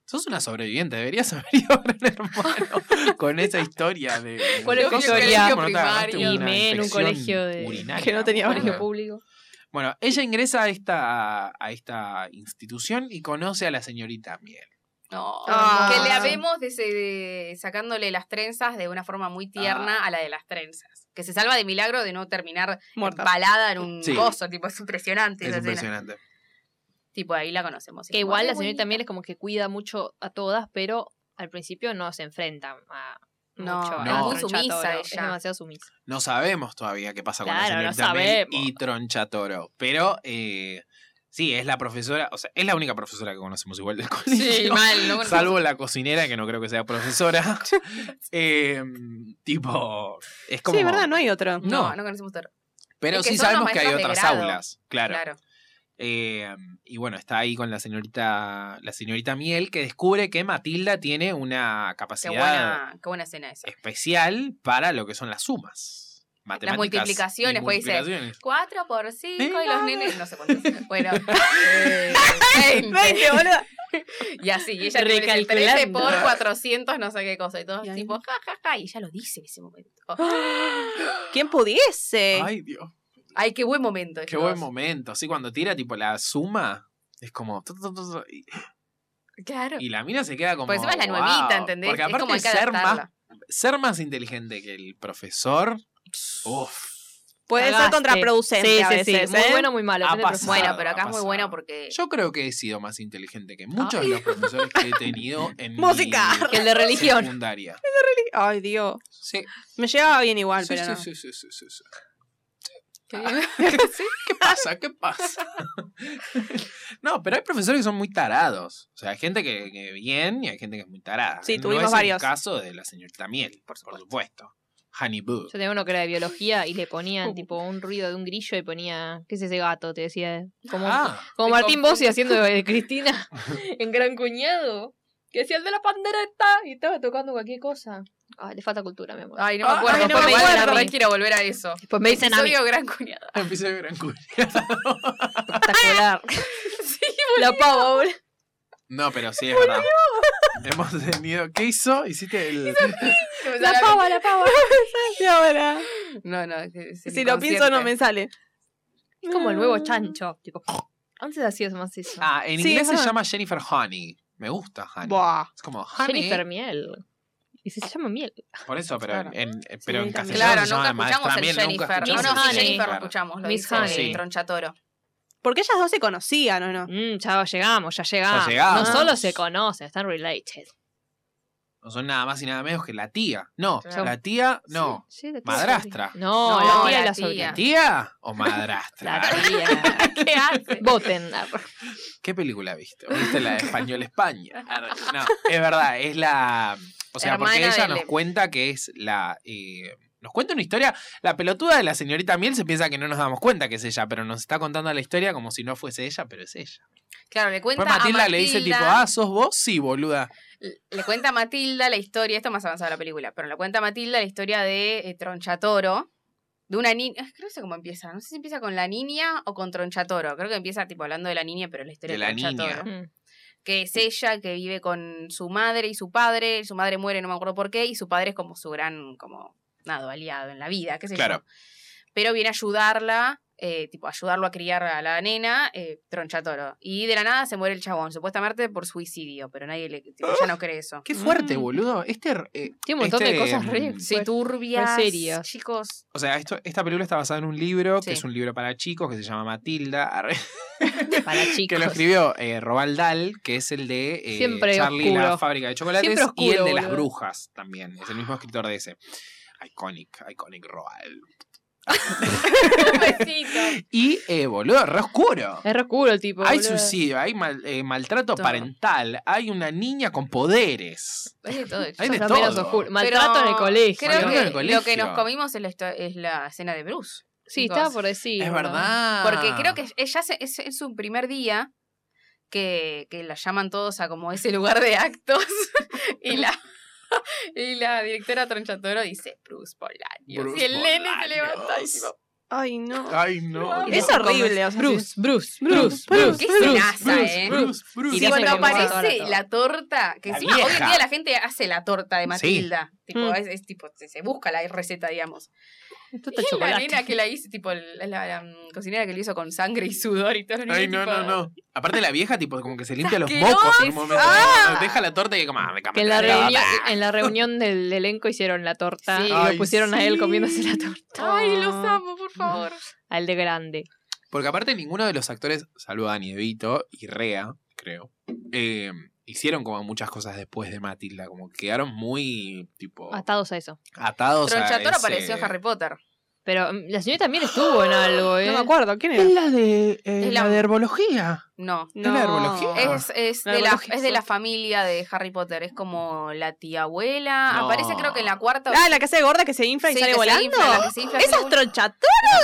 S1: sos una sobreviviente, deberías haber ido a Gran Hermano con esa historia de. de-
S4: Colegio
S1: de-
S4: historia,
S1: como no te agarraste
S3: primario.
S1: una
S4: Y me en un
S1: infección
S4: colegio de-
S1: urinaria,
S2: que no tenía
S1: boludo.
S2: baño
S4: público.
S1: Bueno, ella ingresa a esta, a esta institución y conoce a la señorita Miel.
S3: No.
S2: Ah.
S3: Que la vemos desde- de- sacándole las trenzas de una forma muy tierna
S1: Ah.
S3: a la de las trenzas. Que se salva de milagro de no terminar
S2: Muerta.
S3: balada en un
S1: Sí.
S3: gozo. Tipo, es impresionante.
S1: es
S3: esa escena.
S1: impresionante.
S3: Tipo, ahí la conocemos.
S4: Que igual la señorita también es como que cuida mucho a todas, pero al principio no se enfrenta a
S3: No,
S4: mucho.
S1: es muy
S4: a Tronchatoro.
S3: sumisa
S4: Es
S3: ella.
S4: demasiado sumisa.
S1: No sabemos todavía qué pasa con la
S4: Claro, no
S1: señorita Miel
S4: sabemos.
S1: y Tronchatoro. Pero eh, sí, es la profesora, o sea, es la única profesora que conocemos igual del colegio.
S3: Sí, mal, ¿no?
S1: Salvo la cocinera, que no creo que sea profesora. Eh, tipo, es como.
S2: Sí, verdad, no hay otro.
S3: No,
S1: no.
S3: no, conocemos todo.
S1: Pero
S3: Es que
S1: sí
S3: son los
S1: sabemos que hay
S3: maestros de
S1: otras
S3: grado.
S1: aulas. Claro.
S3: Claro.
S1: Eh, y bueno, está ahí con la señorita, la señorita Miel, que descubre que Matilda tiene una
S3: Qué,
S1: capacidad
S3: buena, qué buena escena esa.
S1: especial para lo que son las sumas. Matemáticas
S3: multiplicaciones,
S1: y
S3: pues, dice.
S1: multiplicaciones.
S3: 4 por 5 y
S1: Venga.
S3: los nenes. No sé cuántos. Bueno. eh, 20.
S2: Veinte, boluda.
S3: Y así, y ella tipo, le dice,
S4: Recalculando.
S3: 13 por 400, no sé qué cosa. Y todos
S2: Y ahí-
S3: tipo, ja, ja, ja. Y ella lo dice en ese momento.
S4: Ah.
S2: ¿Quién
S3: Eh,
S2: pudiese?
S1: Ay, Dios.
S3: Ay, qué buen momento.
S1: Qué buen momento. Así cuando tira tipo la suma, es como. tu, tu, tu, tu, y,
S3: Claro.
S1: y la mina se queda como.
S3: Por Pues encima es la
S1: "Wow".
S3: nuevita, ¿entendés?
S1: Porque
S3: Es
S1: aparte
S3: como hay que
S1: ser más,
S3: adaptarla.
S1: ser más inteligente que el profesor. Uf.
S2: Puede ser
S4: Cagaste.
S2: contraproducente
S4: Sí,
S2: a
S4: sí, sí.
S2: veces,
S4: Muy
S2: ¿eh?
S4: bueno, muy malo.
S1: Ha
S4: depende del
S1: pasado.
S4: profesor.
S3: Bueno, pero acá
S1: ha
S3: es muy
S1: pasado.
S3: bueno porque.
S1: Yo creo que he sido más inteligente que muchos
S3: Ay.
S1: de los profesores que he tenido en
S2: Música.
S1: mi
S4: Que el de religión.
S1: secundaria.
S2: Ay, Dios.
S1: Sí.
S2: Me llegaba bien igual,
S1: Sí,
S2: pero
S1: sí,
S2: no.
S1: sí, sí, sí, sí, sí. Ah,
S3: Qué bien.
S1: ¿Qué pasa? ¿Qué pasa? no, pero hay profesores que son muy tarados. O sea, hay gente que, que bien y hay gente que es muy tarada.
S2: Sí,
S1: No
S2: tuvimos
S1: es
S2: varios.
S1: el caso de la señorita Miel, por supuesto. Honey Boo.
S4: Yo tenía uno que era de biología y le ponían
S2: Uh.
S4: tipo un ruido de un grillo y ponía, ¿qué es ese gato? Te decía. Como,
S1: Ah,
S4: como
S3: Me
S4: Martín
S3: confundí.
S4: Bossi haciendo de Cristina en Gran Cuñado. Que decía el de la pandereta y estaba tocando cualquier cosa. Ah, le falta cultura, mi amor.
S3: Ay, no me
S1: Ah,
S3: acuerdo.
S2: ay, no
S3: pero
S2: me
S3: igual la
S2: acuerdo.
S3: verdad quiero volver a eso.
S4: Después me dicen a mí.
S3: Episodio gran cuñado.
S1: episodio de Gran Cuña.
S4: espectacular.
S3: Sí,
S4: La pava, boludo.
S1: No, pero sí, es verdad. Hemos tenido. ¿Qué hizo? Hiciste el.
S4: La pava, la pava.
S2: Y ahora,
S3: No, no. es- es
S2: si lo pienso no me sale.
S4: Es como el nuevo chancho. Tipo, antes hacías más eso.
S1: Ah, en
S2: Sí,
S1: inglés
S2: es
S1: se
S2: verdad.
S1: llama Jennifer Honey. Me gusta Honey.
S2: Buah.
S1: Es como Honey.
S4: Jennifer Miel. Y se llama Miel.
S1: Por eso, pero
S2: Claro.
S1: en, en- pero en
S2: también.
S1: castellano
S3: Claro,
S1: se llama
S3: nunca
S1: de maestra
S3: escuchamos el
S1: Miel, nunca
S3: Jennifer. No,
S1: escuchamos
S3: no,
S4: el
S3: sí,
S4: Jennifer.
S3: Jennifer lo escuchamos. Lo
S4: Miss
S3: dice
S1: Honey.
S3: el tronchatoro.
S2: Porque ellas dos se conocían, ¿o no?
S4: Mm, ya llegamos, ya llegamos.
S1: Ya llegamos.
S4: No solo se conocen, están related.
S1: No son nada más y nada menos que la tía. No,
S3: Claro.
S1: la tía, no.
S4: Sí, sí, la tía
S1: Madrastra.
S4: sobrina. No,
S3: No,
S4: la
S3: la
S4: tía y la
S3: tía.
S4: sobrina.
S1: ¿Tía o madrastra?
S4: La tía.
S3: ¿Qué hace?
S4: Voten.
S1: ¿Qué película viste? ¿Viste la de Español España? Ah, No, es verdad, es la. O sea, porque
S3: Hermana
S1: ella
S3: del-
S1: nos cuenta que es la. eh, nos cuenta una historia. La pelotuda de la señorita Miel se piensa que no nos damos cuenta que es ella, pero nos está contando la historia como si no fuese ella, pero es ella.
S3: Claro, le cuenta
S1: Después Matilda,
S3: a Matilda
S1: le dice tipo, ah, sos vos, sí, boluda.
S3: Le cuenta a Matilda la historia, esto más avanzado de la película, pero le cuenta a Matilda la historia de eh, Tronchatoro, de una niña, creo que sé cómo empieza, no sé si empieza con la niña o con Tronchatoro, creo que empieza tipo hablando de la niña, pero la historia
S1: De
S3: de,
S1: la
S3: Tronchatoro,
S4: Mm.
S3: que es ella que vive con su madre y su padre, su madre muere, no me acuerdo por qué, y su padre es como su gran, como, nada, aliado en la vida, qué sé
S1: Claro.
S3: yo. Pero viene a ayudarla, eh, tipo, ayudarlo a criar a la nena, eh, Tronchatoro. Y de la nada se muere el chabón, supuestamente por suicidio, pero nadie le, tipo, ya no cree eso.
S1: Qué fuerte,
S4: Mm.
S1: boludo. Este. eh,
S4: Tiene un montón
S1: este,
S4: de cosas re.
S1: mm,
S3: Sí,
S4: pues,
S3: turbias.
S4: re serias.
S3: Chicos.
S1: O sea, esto, esta película está basada en un libro,
S3: Sí.
S1: que es un libro para chicos, que se llama Matilda, arre,
S4: para
S1: que
S4: chicos.
S1: lo escribió eh, Roald Dahl, que es el de eh,
S4: Siempre
S1: Charlie y la
S4: oscuro.
S1: fábrica de chocolates,
S4: Siempre
S1: y el
S4: oscuro,
S1: de las
S4: boludo.
S1: brujas también, es el mismo escritor de ese. Iconic, iconic Roald.
S4: Un besito.
S1: Y, eh, boludo, re oscuro.
S4: Es re oscuro el tipo.
S1: Hay
S4: Eh, boludo.
S1: suicidio, hay mal- eh, maltrato
S4: Todo.
S1: parental, hay una niña con poderes.
S3: Hay de todo.
S1: Hay de
S4: Cosas menos
S1: todo.
S4: oscuras.
S3: Pero
S4: Maltrato en el colegio.
S3: Creo
S1: Maltrato
S3: que
S1: en el colegio.
S3: lo que nos comimos es la, histo- es la cena de Bruce.
S4: Sí,
S3: chicos.
S4: estaba por decir.
S1: es
S4: boludo.
S1: verdad.
S3: Porque creo que ella se- es, es su primer día que, que la llaman todos a como ese lugar de actos. y la y la directora Tronchatoro dice Bruce Bolaños.
S1: Bruce
S3: y el nene se
S1: Bolaños.
S3: levanta y tipo,
S2: Ay, no.
S1: Ay, no.
S2: Es
S1: no.
S2: horrible, o sea,
S4: Bruce, Bruce, Bruce,
S2: Bruce,
S4: Bruce.
S3: qué
S4: Bruce,
S3: escenaza, eh.
S1: Bruce, Bruce.
S4: Y
S3: Y
S4: le
S3: cuando
S4: hacen como
S3: aparece
S4: una torta.
S3: la torta, que
S1: La
S3: encima hoy en
S1: vieja.
S3: día la gente hace la torta de Matilda. Tipo,
S4: Mm.
S3: es, es tipo, se, se busca la receta, digamos.
S4: Esto
S3: Y
S4: está
S3: la
S4: chocolate.
S3: nena que la hizo, tipo, la, la- la, mm, cocinera que lo hizo con sangre y sudor y todo. los
S1: Ay, no,
S3: niños,
S1: no,
S3: tipo,
S1: no. Aparte la vieja, tipo, como que se limpia los
S3: ¡Asquerosa!
S1: mocos en un momento.
S3: ¡Ah!
S1: Deja la torta y como, ah, me
S4: Que en la,
S1: cambié la
S4: reunión,
S1: torta.
S4: en la reunión del elenco hicieron la torta
S3: Sí.
S4: y
S1: Ay,
S4: lo pusieron a él
S1: sí.
S4: comiéndose la torta.
S3: Ay, los
S4: Ah.
S3: amo, por favor.
S4: Al de grande.
S1: Porque aparte ninguno de los actores, salvo a Dani Vito y Rea, creo, eh, hicieron como muchas cosas después de Matilda. Como que quedaron muy, tipo,
S4: Atados a eso.
S1: atados
S3: Tronchatoro
S1: a ese...
S3: apareció en Harry Potter.
S4: Pero mm, la señora también estuvo en algo, ¿eh?
S2: No me acuerdo, ¿quién era?
S1: la de,
S3: Es la- la de
S1: herbología.
S3: No.
S1: la herbología? Ah.
S3: Es, es,
S2: La
S3: de la,
S2: herbología
S3: es de la
S2: es-
S3: familia de Harry Potter. Es como la tía abuela.
S1: No.
S3: Aparece creo que en la cuarta.
S2: Ah, la que se gorda que se infla y
S3: Sí,
S2: sale
S3: que se
S2: volando.
S3: infla, la que se infla,
S2: Esa
S3: sale
S2: es tronchato.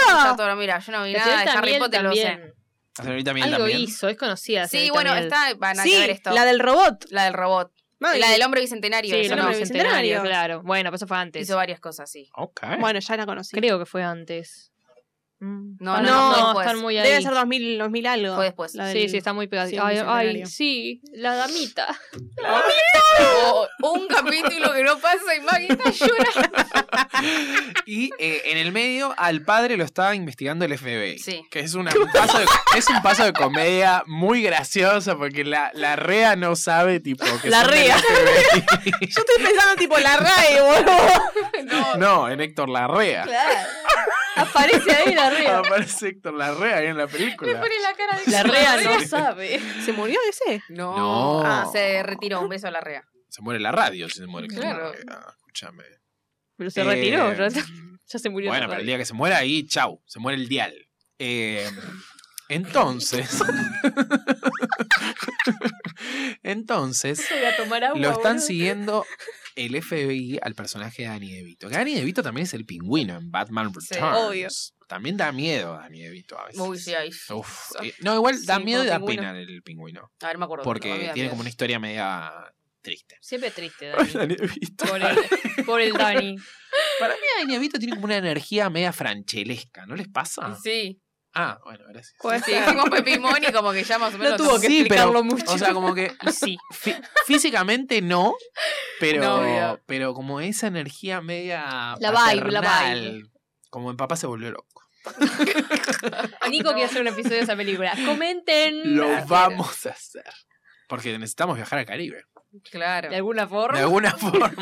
S3: Tronchatoro, mira, yo no vi
S4: La
S3: nada
S4: señora
S3: de Harry
S4: Tamiel
S3: Potter, lo sé.
S4: también.
S1: La señorita Miel
S4: Algo
S1: también.
S4: hizo, es conocida. la
S3: Sí,
S4: señorita
S3: bueno,
S4: Miel.
S3: está, van a
S2: Sí,
S3: ver esto.
S2: la
S3: La,
S2: del robot.
S3: del robot.
S2: Madre.
S3: La del hombre bicentenario.
S4: Sí,
S3: eso
S2: no,
S4: el
S3: no.
S4: nombre
S2: no,
S4: bicentenario,
S2: bicentenario.
S4: claro. Bueno, pero eso fue antes.
S3: Hizo varias cosas, sí.
S1: Ok.
S2: Bueno, ya la conocí.
S4: Creo que fue antes. Mm.
S3: No,
S4: Ah,
S2: no, no,
S3: después.
S4: están muy ahí.
S2: Debe ser 2000, 2000 algo.
S3: Fue después.
S2: La
S4: Sí,
S2: del-
S4: sí, está muy
S2: Sí,
S4: pegadita. ay, ay,
S2: bicentenario.
S4: sí, la damita.
S3: O un capítulo que no pasa y Maggie está llorando.
S1: Y eh, en el medio al padre lo estaba investigando el FBI.
S3: Sí.
S1: Que es, una- un paso de, es un paso de comedia muy gracioso porque la, la rea no sabe tipo que
S4: La
S1: son del
S4: rea.
S1: FBI.
S2: Yo estoy pensando tipo la RAE, boludo.
S1: No, en Héctor la rea.
S3: Claro.
S4: Aparece ahí la rea.
S1: Aparece Héctor la rea ahí en la película.
S3: la cara de
S4: La rea no sabe.
S2: ¿Se murió ese?
S3: No.
S1: No.
S3: Ah, se retiró. Un beso a la rea.
S1: Se muere la radio si se muere Héctor
S3: Claro.
S1: la rea. Escúchame.
S4: Pero se
S1: Eh, mm,
S4: retiró, ya, ya se murió.
S1: Bueno,
S4: la
S1: pero el
S4: radio.
S1: día que se muera ahí, chau, se muere el dial. Eh, entonces. entonces,
S4: Voy a tomar agua,
S1: lo están
S4: boludo.
S1: siguiendo el FBI al personaje de Danny DeVito. Que Danny DeVito también es el pingüino en Batman
S3: Sí,
S1: Returns.
S2: obvio.
S1: También da miedo Danny DeVito a veces.
S3: Uy, sí, ahí.
S1: Uf, eh, no, igual da
S2: Sí,
S1: miedo y
S2: como
S1: da
S2: pingüino.
S1: pena el pingüino.
S3: A ver, me acuerdo.
S1: Porque
S3: No, me da
S1: tiene
S3: miedo.
S1: como una historia media triste.
S4: Siempre triste, Dani.
S1: Danny DeVito.
S4: Por el, por el Dani.
S1: Para mí Danny DeVito tiene como una energía media franchelesca, ¿no les pasa?
S3: Sí,
S1: Ah, bueno, gracias.
S2: Puede
S3: sí,
S2: ser.
S3: hicimos Pepimón y como que ya más o menos.
S4: No tuvo que
S1: Sí, pero,
S4: explicarlo mucho.
S1: O sea, como que
S4: Y sí.
S1: fí- físicamente no, pero,
S3: No, obvio.
S1: pero como esa energía media.
S4: La vibe, la
S1: paternal,
S4: vibe.
S1: Como en papá se volvió loco.
S4: Nico quiere hacer un episodio de esa película. Comenten.
S1: Lo
S3: Claro.
S1: vamos a hacer. Porque necesitamos viajar al Caribe.
S3: Claro.
S4: De alguna
S1: De
S4: forma.
S1: alguna forma.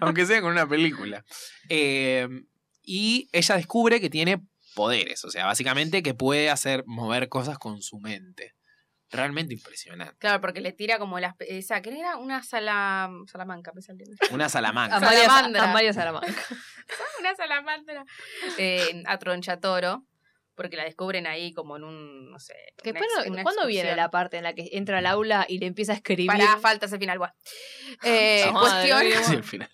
S1: aunque sea con una película. Eh, y ella descubre que tiene poderes. O sea, básicamente que puede hacer mover cosas con su mente. Realmente impresionante.
S3: Claro, porque le tira como las. Esa, ¿qué era? Una sala, salamanca, me salió.
S1: Una
S4: A
S1: salamanca.
S3: Ama-
S4: María,
S3: Salamandra.
S4: a María Salamanca.
S3: una salamandra eh, a Tronchatoro, porque la descubren ahí como en un, no sé.
S4: Que
S3: una
S4: después no-
S3: ex- una
S4: ¿Cuándo viene
S3: excursión.
S4: la parte en la que entra al aula y le empieza a escribir?
S3: Pará, falta ese final, buah. Eh,
S1: Madre
S3: cuestión
S1: Sí, al final.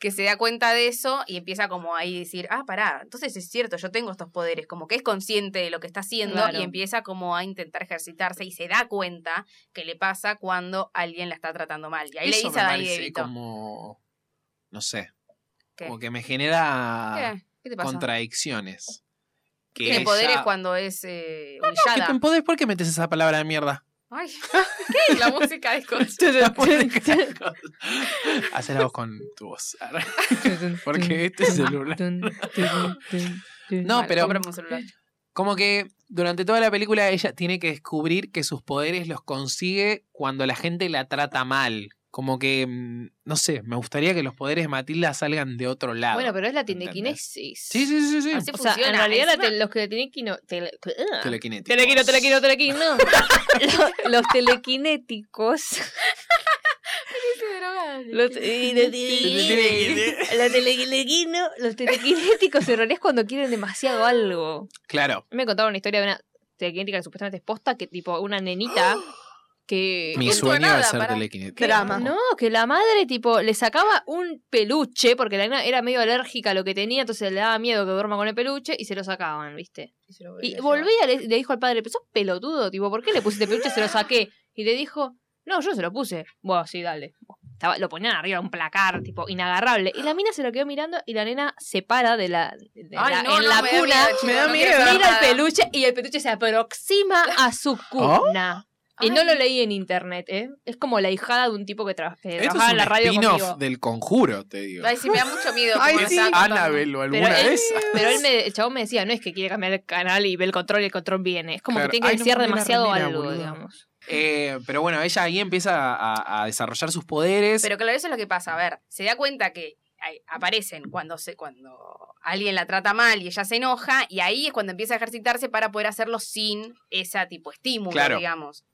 S3: que se da cuenta de eso y empieza como ahí a decir, ah, pará, entonces es cierto, yo tengo estos poderes, como que es consciente de lo que está haciendo
S4: Claro.
S3: y empieza como a intentar ejercitarse y se da cuenta que le pasa cuando alguien la está tratando mal. Y ahí
S1: Eso
S3: le dice
S1: me
S3: a Dani
S1: parece
S3: DeVito,
S1: como. No sé.
S3: ¿Qué?
S1: Como que me genera
S3: ¿Qué? ¿Qué te pasa?
S1: contradicciones. Que
S3: Tiene
S1: ella-
S3: poderes cuando es eh,
S1: ¿Qué
S3: humillada.
S1: te podés? ¿Por qué metes esa palabra de mierda?
S3: Ay, ¿qué es la música de Scott?
S1: Hacer algo con tu voz. Porque este celular. No,
S3: Vale,
S1: pero
S4: mm,
S3: cómprame un celular.
S1: como que durante toda la película ella tiene que descubrir que sus poderes los consigue cuando la gente la trata mal. Como que, mm, no sé, me gustaría que los poderes de Matilda salgan de otro lado.
S4: eh, Bueno, pero es la
S1: ¿Entendés?
S4: telequinesis.
S1: Sí, sí, sí, sí.
S3: Así
S4: O sea, en
S3: funciona,
S4: realidad la
S3: encima-
S4: tele- los que telequino, tele,
S1: Telequinéticos.
S4: Ah. telequino, telequino, telequino. Los, los telequinéticos
S3: drogas.
S4: Los, y los- los telequino- los telequinéticos errores cuando quieren demasiado algo.
S1: Claro.
S4: Me contaron una historia de una telequinética que supuestamente es posta, que tipo una nenita que...
S1: Mi
S3: Esto
S1: sueño
S3: nada,
S1: es ser
S3: pará.
S1: telequinético.
S2: Drama.
S4: No, que la madre tipo le sacaba un peluche porque la nena era medio alérgica a lo que tenía, entonces le daba miedo que duerma con el peluche y se lo sacaban, ¿viste? Y volvía, le, le dijo al padre, pero sos pelotudo, tipo, ¿por qué le pusiste peluche? Se lo saqué. Y le dijo, no, yo se lo puse. Bueno, sí, dale. Estaba- lo ponían arriba de un placar, tipo, inagarrable. Y la mina se lo quedó mirando y la nena se para de la, de
S3: Ay,
S4: la-
S3: no,
S4: en
S3: no,
S4: la
S3: me da
S4: cuna,
S3: miedo, chico,
S2: me da
S3: no quiero
S2: miedo.
S3: saber
S4: mira
S3: nada.
S4: el peluche y el peluche se aproxima a su
S1: ¿Ah?
S4: cuna. Y no
S3: Ay.
S4: lo leí en internet, ¿eh? Es como la hijada de un tipo que tra- que
S1: Esto
S4: trabajaba
S1: es un
S4: en Eh, la radio
S1: spin-off
S4: conmigo.
S1: del conjuro, te digo.
S3: Ay, sí, me da mucho miedo.
S2: Ay,
S3: como lo
S1: es
S2: sí.
S3: estaba contando.
S1: Annabelle o alguna
S4: Pero
S1: de
S4: es-
S1: esas.
S4: Pero él me, el chabón me decía, no es que quiere cambiar el canal y ve el control y el control viene. Es como
S1: Claro.
S4: que tiene que
S1: Ay, no me
S4: desear
S1: compré una
S4: demasiado
S1: remera,
S4: algo,
S1: boluda.
S4: digamos.
S1: Eh, pero bueno, ella ahí empieza a, a desarrollar sus poderes.
S3: Pero claro, eso es lo que pasa. A ver, se da cuenta que ay, aparecen cuando, se, cuando alguien la trata mal y ella se enoja, y ahí es cuando empieza a ejercitarse para poder hacerlo sin esa tipo estímulo,
S1: Claro.
S3: digamos.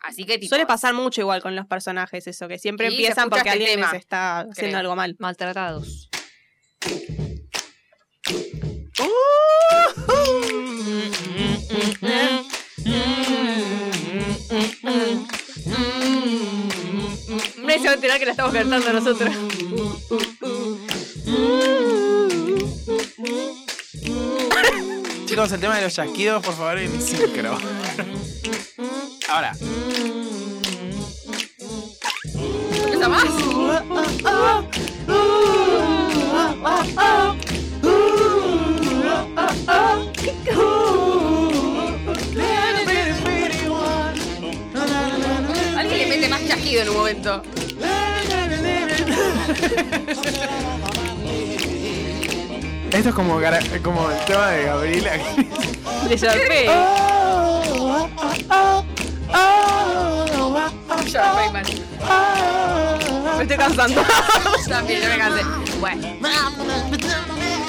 S3: Así que tipo.
S2: Suele pasar mucho igual con los personajes eso, que siempre
S3: Sí, se
S2: empiezan
S3: escucha
S2: porque
S3: este
S2: alguien
S3: tema,
S2: les está haciendo
S3: creo.
S2: algo mal.
S4: Maltratados.
S1: Mm,
S4: Me se va a enterar que la estamos cantando nosotros.
S1: Chicos, el tema de los chasquidos, por favor, en sincro. Ahora,
S3: ¿Esa más? Alguien le mete más chasquido en un momento.
S1: esto es como, gara- como el tema de Gabriela.
S4: Le zarpé.
S3: Ya, Rayman.
S2: Me estoy cansando.
S3: También, yo me cansé. Bueno.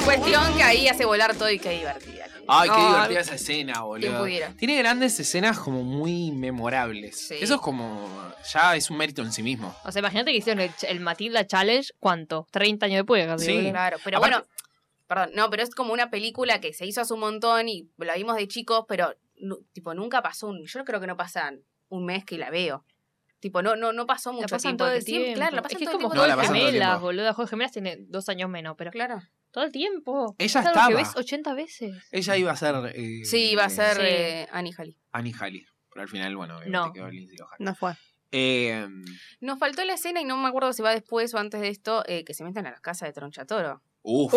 S3: Cuestión que ahí hace volar todo y qué divertida.
S1: Ay, qué
S4: Ay.
S1: divertida esa escena, Ah, boludo.
S3: pudiera.
S1: Tiene grandes escenas como muy memorables.
S3: Sí.
S1: Eso es como. Ya es un mérito en sí mismo.
S4: O sea, imagínate que hicieron el, ch- el Matilda Challenge, ¿cuánto? 30 años después, casi.
S1: Sí.
S4: boludo.
S3: Claro, pero
S1: Aparte-
S3: bueno, perdón, no, pero es como una película que se hizo hace un montón y la vimos de chicos, pero nu- tipo nunca pasó un, yo creo que no pasan un mes que la veo. Tipo, no, no, no pasó mucho
S4: La pasan
S3: tiempo,
S4: todo el
S3: que siempre-
S4: tiempo.
S3: Claro, la pasan
S4: es que es
S3: todo el
S4: como
S3: tiempo.
S1: No,
S4: Juego
S1: la
S4: de
S1: pasan todo el
S4: Gemelas,
S1: tiempo.
S4: boluda. Juego de Gemelas tiene dos años menos, pero
S3: Claro.
S4: todo el tiempo.
S1: Ella
S4: es algo que
S1: estaba.
S4: ves 80 veces.
S1: Ella iba a ser. eh,
S3: Sí, iba a ser
S4: Sí.
S3: eh, Annie Halley.
S1: Annie Halley. Pero al final, bueno, obviamente
S4: No.
S1: quedó Lindsay Lohan.
S2: No fue.
S1: Eh,
S3: Nos faltó la escena y no me acuerdo si va después o antes de esto, eh, que se meten a las casas de Tronchatoro.
S1: uf.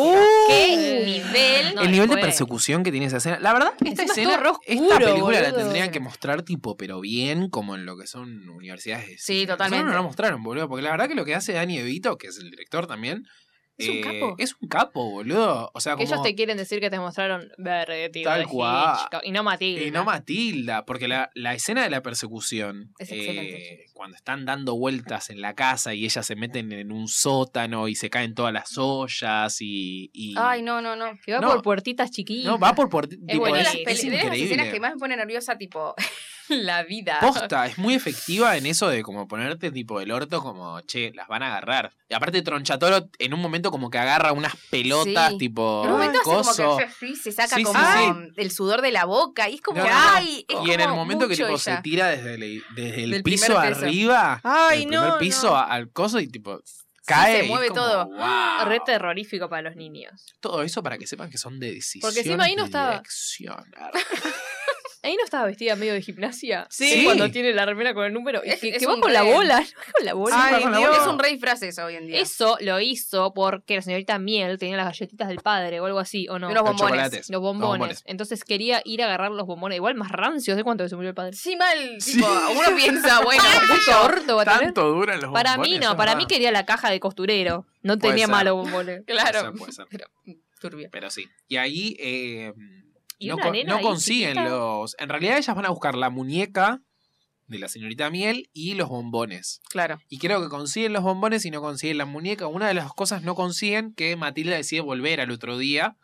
S4: ¿Qué nivel?
S1: el nivel de persecución que tiene esa escena. La verdad, esta
S4: Encima es
S1: escena,
S4: todo re
S1: esta
S4: oscuro,
S1: película la
S4: boludo.
S1: tendrían que mostrar tipo, pero bien, como en lo que son universidades. de
S3: Sí,
S1: cine. Nosotros
S3: totalmente.
S1: No la mostraron, boludo, porque la verdad que lo que hace Dani Evito, que es el director también, eh,
S3: Es un capo.
S1: Es un capo, boludo. O sea,
S4: Que ellos
S1: como eh,
S4: te quieren decir que te mostraron verde, tío.
S1: Tal
S4: de
S1: cual.
S4: Hitchcock, Y no Matilda.
S1: Y no Matilda, porque la, la escena de la persecución,
S3: Es
S1: eh,
S3: excelente.
S1: cuando están dando vueltas en la casa y ellas se meten en un sótano y se caen todas las ollas y... y-
S3: Ay, no, no, no.
S4: Que va
S1: No.
S4: por puertitas chiquitas.
S1: No, va por... por tipo,
S3: Una
S4: Bueno,
S3: de
S1: es,
S3: las,
S4: es
S3: peli-
S1: es
S3: de las escenas que
S1: increíble.
S3: más me pone nerviosa, tipo, la vida.
S1: Posta, es muy efectiva en eso de como ponerte tipo el orto como, che, las van a agarrar. Y aparte Tronchatoro en un momento como que agarra unas pelotas
S3: Sí.
S1: tipo...
S3: En un momento hace como
S1: coso.
S3: que sí, se saca
S1: Sí, sí,
S3: como
S1: sí.
S3: el sudor de la boca y es como,
S1: No, no, no.
S3: ay, es
S1: Y en el
S3: como
S1: momento que
S3: mucho
S1: tipo, se
S3: ella.
S1: tira desde el, desde el
S3: Del primer
S1: piso
S3: piso.
S1: arriba,
S2: Ay,
S1: del
S2: no,
S1: primer
S2: no.
S1: piso a- al coso y tipo
S3: Sí,
S1: cae.
S3: se
S1: y
S3: mueve
S1: es como,
S3: todo.
S1: "Wow".
S4: Re terrorífico para los niños.
S1: Todo eso para que sepan que son de decisión.
S4: Porque encima ahí no estaba. Ahí no estaba vestida medio de gimnasia.
S1: Sí.
S4: Es Cuando tiene la remera con el número. Y
S3: Es-
S4: que,
S3: es
S4: que va
S3: un Ah,
S4: con la
S3: re-
S4: bola. ¿no? Con la bola.
S2: Ay,
S1: Ay,
S2: Dios.
S3: Es un rey frase eso hoy en día.
S4: Eso lo hizo porque la señorita Miel tenía las galletitas del padre o algo así, ¿o no?
S3: Unos bombones.
S1: chocolates.
S4: Los bombones.
S1: bombones.
S4: Entonces quería ir a agarrar los bombones. Igual más rancios de cuánto se murió el padre.
S3: Sí, mal,
S1: Sí.
S3: tipo, uno piensa, bueno,
S4: Mucho orto va a tener.
S1: Tanto duran los
S4: Para
S1: bombones,
S4: mí
S1: es
S4: no, para mí
S1: verdad.
S4: quería la caja de costurero. No
S1: Puede
S4: tenía
S1: ser.
S4: malos bombones.
S3: claro.
S1: Puede ser, puede ser.
S3: Pero, turbio.
S1: Pero sí. Y ahí eh,
S4: Y
S1: no,
S4: una
S1: con-
S4: nena
S1: no
S4: ahí
S1: consiguen
S4: chiquita.
S1: los. En realidad ellas van a buscar la muñeca de la señorita Miel y los bombones.
S3: Claro.
S1: Y creo que consiguen los bombones y no consiguen la muñeca. Una de las cosas no consiguen que Matilda decide volver al otro día,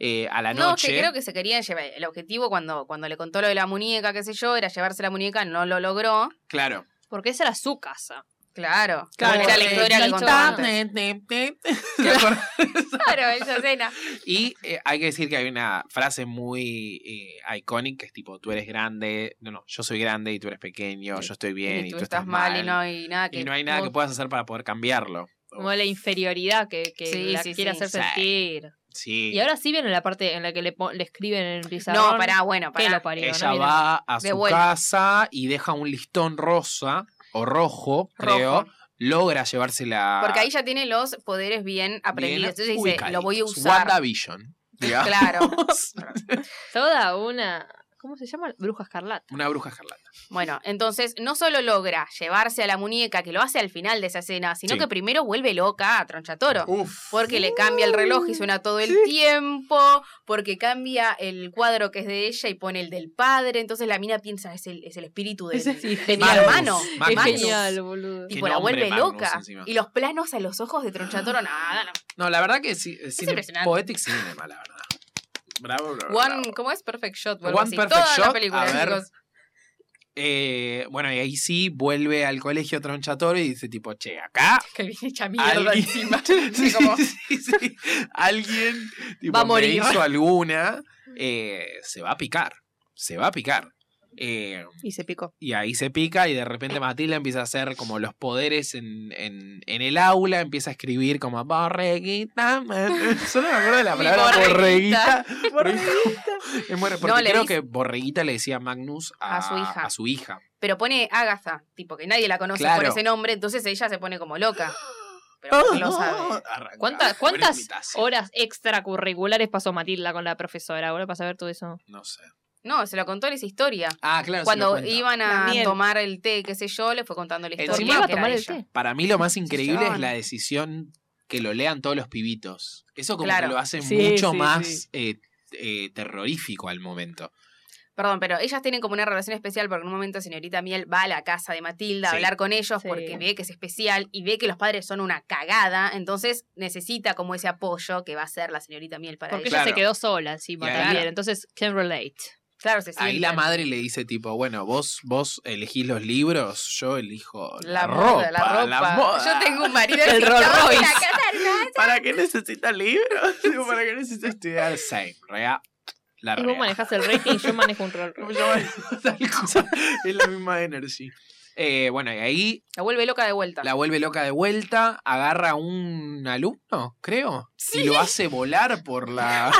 S1: eh, a la
S3: No,
S1: noche.
S3: que creo que se querían llevar. El objetivo cuando, cuando le contó lo de la muñeca, qué sé yo, era llevarse la muñeca, no lo logró.
S1: Claro.
S4: Porque esa era su casa.
S3: Claro.
S4: Claro,
S3: era la
S4: eh,
S3: historia que
S4: listo.
S3: contaba
S1: Ne,
S4: antes.
S1: ne, ne. ¿Te acordás?
S3: Claro, esa escena.
S1: Y eh, hay que decir que hay una frase muy eh, icónica que es tipo, tú eres grande, no, no, yo soy grande y tú eres pequeño, yo estoy bien y,
S3: y tú estás mal y no hay nada que.
S1: y no hay nada que
S3: vos-
S1: puedas hacer para poder cambiarlo.
S4: Como la inferioridad que, que
S3: Sí,
S4: la
S3: sí,
S4: quiere
S3: sí.
S4: hacer
S1: Sí.
S4: sentir.
S1: Sí.
S4: Y ahora sí viene la parte en la que le, pon- le escriben en el pizarrón.
S3: No, pará, bueno,
S4: Que
S3: pará.
S4: lo parió,
S1: Ella
S4: ¿no? Viene-
S1: va a
S3: de
S1: su
S3: vuelta.
S1: casa y deja un listón rosa o rojo, creo.
S3: Rojo.
S1: Logra llevársela.
S3: Porque ahí ya tiene los poderes bien aprendidos. Entonces dice, lo voy a usar.
S1: WandaVision. digamos.
S3: Claro.
S4: Toda una. ¿Cómo se llama? Bruja escarlata.
S1: Una bruja escarlata.
S3: Bueno, entonces no solo logra llevarse a la muñeca, que lo hace al final de esa escena, sino
S1: Sí.
S3: que primero vuelve loca a Tronchatoro.
S1: Uf.
S3: Porque le cambia el reloj y suena todo el tiempo, porque cambia el cuadro que es de ella y pone el del padre. Entonces la mina piensa, es el, es el espíritu de
S4: Ese- sí,
S3: mi
S4: genial.
S3: hermano.
S1: Magnus.
S4: Es
S1: Magnus.
S4: genial, boludo.
S1: Qué
S3: Tipo, la
S1: nombre,
S3: vuelve
S1: Magnus,
S3: loca.
S1: encima.
S3: Y los planos a los ojos de Tronchatoro, nada, no.
S1: No, la verdad que sí. Es cine,
S3: impresionante.
S1: poetic cinema, la verdad. Bravo, bravo. bravo.
S3: One, ¿cómo es? Perfect Shot. o algo
S1: One
S3: así.
S1: Perfect
S3: Toda
S1: Shot,
S3: la película,
S1: a ver.
S3: chicos.
S1: Eh, bueno, y ahí sí vuelve al colegio Tronchatoro y dice tipo, che, acá.
S3: Que viene hecha mierda
S1: Alguien,
S3: encima.
S1: Sí,
S3: como-
S1: sí, sí. alguien tipo,
S4: Va a
S1: me
S4: morir.
S1: hizo alguna, eh, se va a picar, se va a picar. Eh,
S2: Y se picó.
S1: y ahí se pica y de repente Matilda empieza a hacer como los poderes en, en, en el aula, empieza a escribir como borreguita. man". Solo me acuerdo de la
S3: Mi
S1: palabra borreguita.
S3: borreguita.
S1: Es bueno, porque
S3: No, le
S1: creo
S3: dice-
S1: que borreguita le decía Magnus a,
S3: A su hija.
S1: a su hija.
S3: Pero pone Agatha, tipo que nadie la conoce
S1: Claro.
S3: por ese nombre, entonces ella se pone como loca. Pero porque
S1: Oh,
S3: lo sabe.
S1: Arranca,
S4: ¿Cuántas,
S1: pobre
S4: cuántas
S1: imitación.
S4: horas extracurriculares pasó Matilda con la profesora? Bueno, para saber todo eso.
S1: No sé.
S3: No, se lo contó en esa historia.
S1: Ah, claro. se lo
S3: Cuando
S1: cuenta.
S3: iban a
S2: La miel.
S3: tomar el té, qué sé yo, le fue contando la historia.
S1: Encima-
S4: ¿Por qué
S1: iba
S4: iba
S1: a
S4: a
S3: que era
S4: tomar el
S3: ella.
S4: té?
S1: Para mí lo más increíble es
S3: Decisión.
S1: la decisión que lo lean todos los pibitos. Eso como
S3: Claro.
S1: que lo hace
S4: Sí,
S1: mucho
S4: sí,
S1: más
S4: sí.
S1: eh, eh, terrorífico al momento.
S3: Perdón, pero ellas tienen como una relación especial porque en un momento señorita Miel va a la casa de Matilda a
S1: Sí.
S3: hablar con ellos
S4: Sí.
S3: porque ve que es especial y ve que los padres son una cagada, entonces necesita como ese apoyo que va a ser la señorita Miel para
S4: Porque
S3: ella.
S1: Claro.
S4: ella se quedó sola encima
S1: Y ahí
S4: también.
S1: la-
S4: Entonces, can relate.
S3: Claro, se
S1: Ahí
S3: siente.
S1: la madre le dice tipo, bueno, vos, vos elegís los libros, yo elijo la,
S3: La,
S1: ropa,
S3: moda, la ropa.
S1: la moda.
S3: Yo tengo un marido
S4: El
S3: que
S4: Rolls
S3: trabaja en la
S4: Royce.
S3: casa del padre.
S1: ¿Para qué necesitas libros? Digo, ¿Para qué necesitas estudiar? Same, rea, la
S4: Y vos
S1: rea.
S4: manejás el rating y yo manejo un rol.
S1: ¿Cómo se llama? Tal cual. Es la misma energy. Eh, bueno, y ahí
S3: La vuelve loca de vuelta.
S1: La vuelve loca de vuelta, agarra a un alumno, creo, y lo hace volar por la.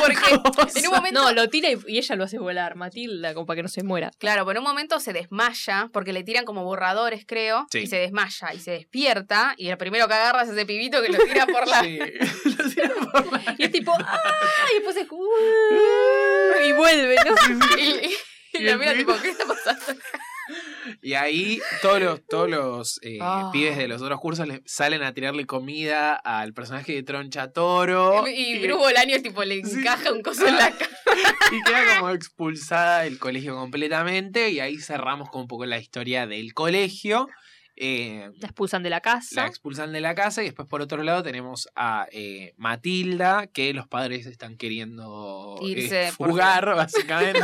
S3: Porque en un momento.
S4: No, lo tira y, y ella lo hace volar, Matilda, como para que no se muera.
S3: Claro, por un momento se desmaya, porque le tiran como borradores, creo,
S1: Sí.
S3: y se desmaya, y se despierta, y el primero que agarra es ese pibito que lo tira por la...
S1: Sí, lo tira por la-
S4: Y es tipo, ¡ah! Y después es como, "Uh", Y vuelve, ¿no?
S3: Y, y
S1: Y
S3: la
S1: el
S3: mira
S1: pibito-
S3: tipo, ¿qué está pasando?
S1: Y ahí todos los, todos los eh,
S3: Ah.
S1: pibes de los otros cursos le salen a tirarle comida al personaje de Troncha Toro.
S3: Y Bruce Bolaños tipo le
S1: Oh, Sí. Ah,
S3: encaja un coso en la cara.
S1: y queda como expulsada del colegio completamente. Y ahí cerramos con un poco la historia del colegio. Eh,
S4: La expulsan de la
S1: La
S4: casa.
S1: expulsan de la casa y después por otro lado tenemos a eh, Matilda, que los padres están queriendo eh,
S3: Irse, porque-
S1: fugar, básicamente,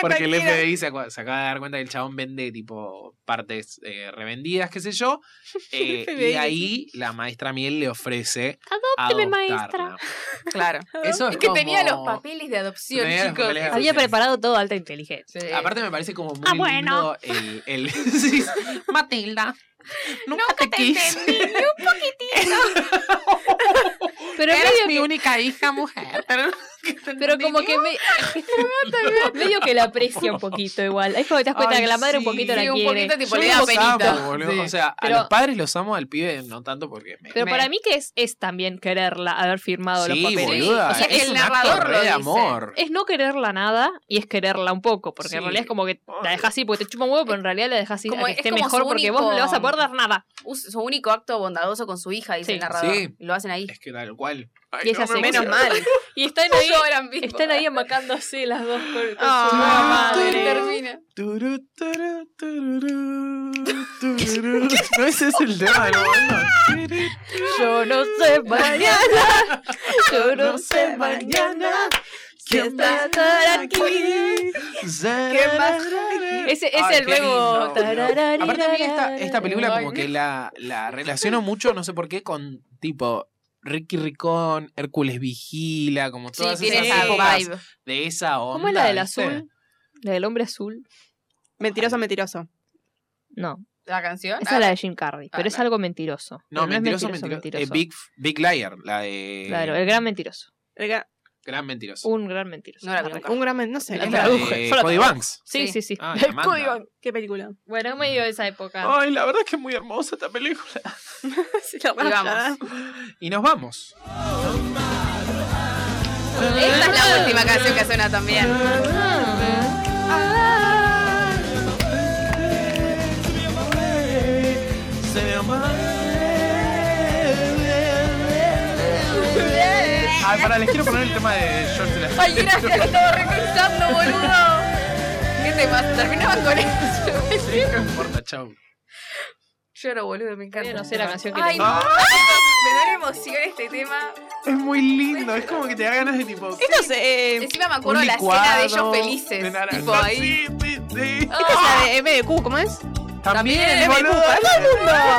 S1: porque el FBI se, acua- se acaba de dar cuenta que el chabón vende tipo partes eh, revendidas, qué sé yo. Eh, y
S4: FBI.
S1: ahí la maestra Miel le ofrece
S4: Adópteme,
S1: adoptarla.
S4: maestra.
S3: Claro.
S1: Eso es
S3: Es que
S1: como-
S3: tenía los papeles de adopción,
S1: Tenía los
S3: chicos.
S1: papeles de adopción.
S4: Había preparado todo alta inteligencia.
S3: Sí.
S1: Aparte me parece como muy
S4: Ah, bueno.
S1: lindo el... el- sí, Matilda, nunca, te, quise.
S4: Pero
S1: Eres
S4: medio
S1: mi
S4: que-
S1: única hija mujer.
S4: Pero como que me... medio que la aprecia un poquito igual. Es como que te das cuenta
S1: Ay,
S4: que la madre
S1: sí.
S4: un poquito
S3: Sí,
S4: la
S3: un
S4: quiere.
S3: poquito tipo
S1: Yo
S3: le da
S1: los
S3: penita.
S1: amo, boludo.
S3: Sí.
S1: O sea,
S4: Pero-
S1: a los padres los amo, al pibe no tanto porque me.
S4: Pero
S3: Me-
S4: para mí que es, es también quererla, haber firmado los
S1: sí,
S4: papeles.
S1: boluda.
S3: O sea,
S1: es
S3: el
S1: un acto
S3: narrador
S1: re
S3: lo
S1: de
S3: dice.
S1: amor.
S4: Es no quererla nada y es quererla un poco, porque
S1: Sí.
S4: en realidad es como que la dejas así porque te chupa un huevo, pero en realidad la dejas así
S3: Como-
S4: a que
S3: es
S4: esté
S3: como
S4: mejor
S3: su
S4: porque vos no le vas a
S3: único-
S4: poder dar nada.
S3: Us- Su único acto bondadoso con su hija, dice
S4: Sí.
S3: el narrador.
S1: Sí.
S3: Lo hacen ahí.
S1: Es que tal cual. Ay,
S4: Y ella se-
S1: me
S4: Menos
S1: emociono.
S4: mal. Y están ahí,
S3: Lloran, mismo.
S4: están ahí amacándose las dos con, con su nueva
S3: Ah,
S1: Ay,
S4: madre.
S3: termina.
S1: Turu, turu, tururú, tururú. No ese es el tema del mundo.
S4: Yo no sé mañana. Yo no sé mañana.
S1: ¿Quién
S2: está tan aquí?
S1: ¿Qué
S3: más?
S4: Ese, ese
S1: Ay,
S4: es el
S1: qué lindo,
S4: nuevo.
S1: boludo.
S4: Tararararara.
S1: Aparte a mí esta, esta película
S3: Ay,
S1: como
S3: no.
S1: que la, la relaciono mucho, no sé por qué, con tipo Ricky Ricón, Hércules Vigila, como
S3: Sí,
S1: todas
S3: tiene
S1: esas
S3: esa
S1: épocas
S3: vibe.
S1: de esa onda.
S4: ¿Cómo es la del
S1: ¿viste?
S4: azul? ¿La del hombre azul?
S2: Mentiroso, mentiroso.
S4: No,
S3: ¿La canción?
S4: esa es la de Jim Carrey,
S3: Ah,
S4: pero es
S3: claro.
S4: algo mentiroso.
S1: No,
S4: Pero
S1: mentiroso,
S4: es
S1: mentiroso. eh, Big, Big Liar, la de...
S4: Claro, el gran mentiroso.
S2: Oiga,
S1: Gran mentiroso.
S4: Un gran mentiroso.
S3: No la conozco.
S2: Un gran men- no sé.
S4: La
S1: es
S2: qué
S1: la
S2: tal.
S4: traduje,
S1: de
S4: yo la
S1: Cody
S4: traduje.
S1: Banks.
S4: Sí, sí, sí. Oh.
S1: Ay, la manda.
S2: ¿Qué película?
S3: Ah,
S4: Bueno, me dio esa época.
S1: Ay, la verdad es que es muy hermosa esta película.
S2: Sí, la
S3: Y vamos.
S1: Y nos vamos.
S3: Esta es la última canción que suena también.
S1: Ah, para, les quiero poner el tema de George de la
S3: Ay, gracias, lo estaba repensando, boludo. ¿Qué te pasa? Terminaban con eso.
S1: Sí, no importa, chau.
S3: Lloro, boludo, me encanta.
S4: Yo no sé la canción que
S3: Ay,
S4: tengo.
S3: no.
S1: Ah.
S3: Me da una emoción este tema.
S1: Es muy lindo, es como que te da ganas de tipo.
S2: Esto es, eh, esta
S3: Encima me acuerdo
S1: un
S3: de la escena de ellos
S1: licuado
S3: felices.
S1: de naranja.
S3: tipo ahí.
S1: Sí, sí, sí.
S2: es la de MBQ, ¿cómo es?
S1: También,
S3: También,
S1: boludo.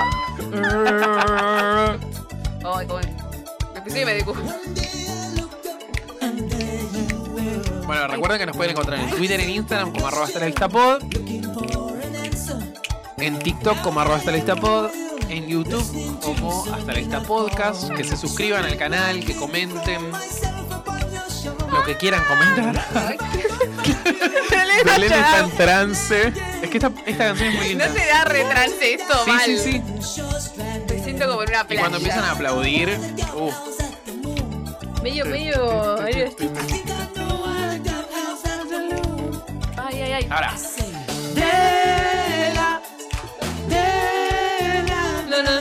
S3: Ay, como. Me puse y me decu-
S1: Bueno, recuerden que nos pueden encontrar en Twitter, en Instagram como arroba hasta la vista pod, en TikTok como arroba hasta la vista pod, en YouTube como hasta la vista podcast, que se suscriban al canal, que comenten lo que quieran comentar.
S3: Ay,
S1: Belén está en trance. Es que esta, esta canción es muy
S3: No
S1: linda.
S3: se da retrance esto
S1: Sí,
S3: mal.
S1: sí, sí.
S3: Me siento como en una
S1: Y
S3: playa.
S1: cuando empiezan a aplaudir, uh,
S4: Medio, medio. medio- Ay, ay, ay.
S1: ahora.
S4: No, no, no.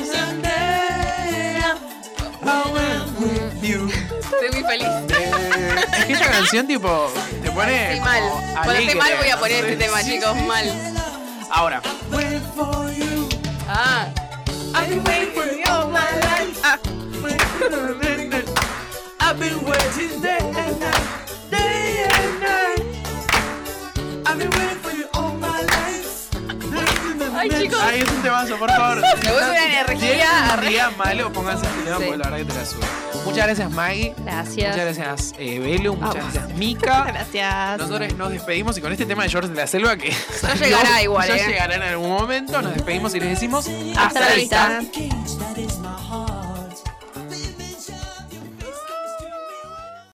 S3: Estoy muy feliz.
S1: Es que esta canción, tipo, te pone.
S3: Estoy mal.
S1: como
S3: Cuando esté mal
S1: alegre,
S3: voy a poner
S1: ¿no?
S3: este tema, chicos. Mal.
S1: Ahora.
S3: Ah.
S4: Ay, chicos.
S1: Ay, es un temazo, por favor.
S3: Me gusta una energía.
S1: un
S3: arre-
S1: día malo, pónganse este tema
S3: Sí.
S1: porque la verdad que te la sube. Muchas gracias, Maggie.
S4: Gracias.
S1: Muchas gracias, eh, Belu. Muchas
S3: Ah.
S2: Vamos.
S1: gracias, Mika.
S2: Gracias.
S1: Nosotros nos despedimos y con este tema de George de la Selva que
S3: No llegará igual,
S1: ya
S3: eh.
S1: llegará en algún momento, nos despedimos y les decimos
S4: Hasta la vista.
S5: kings, that is my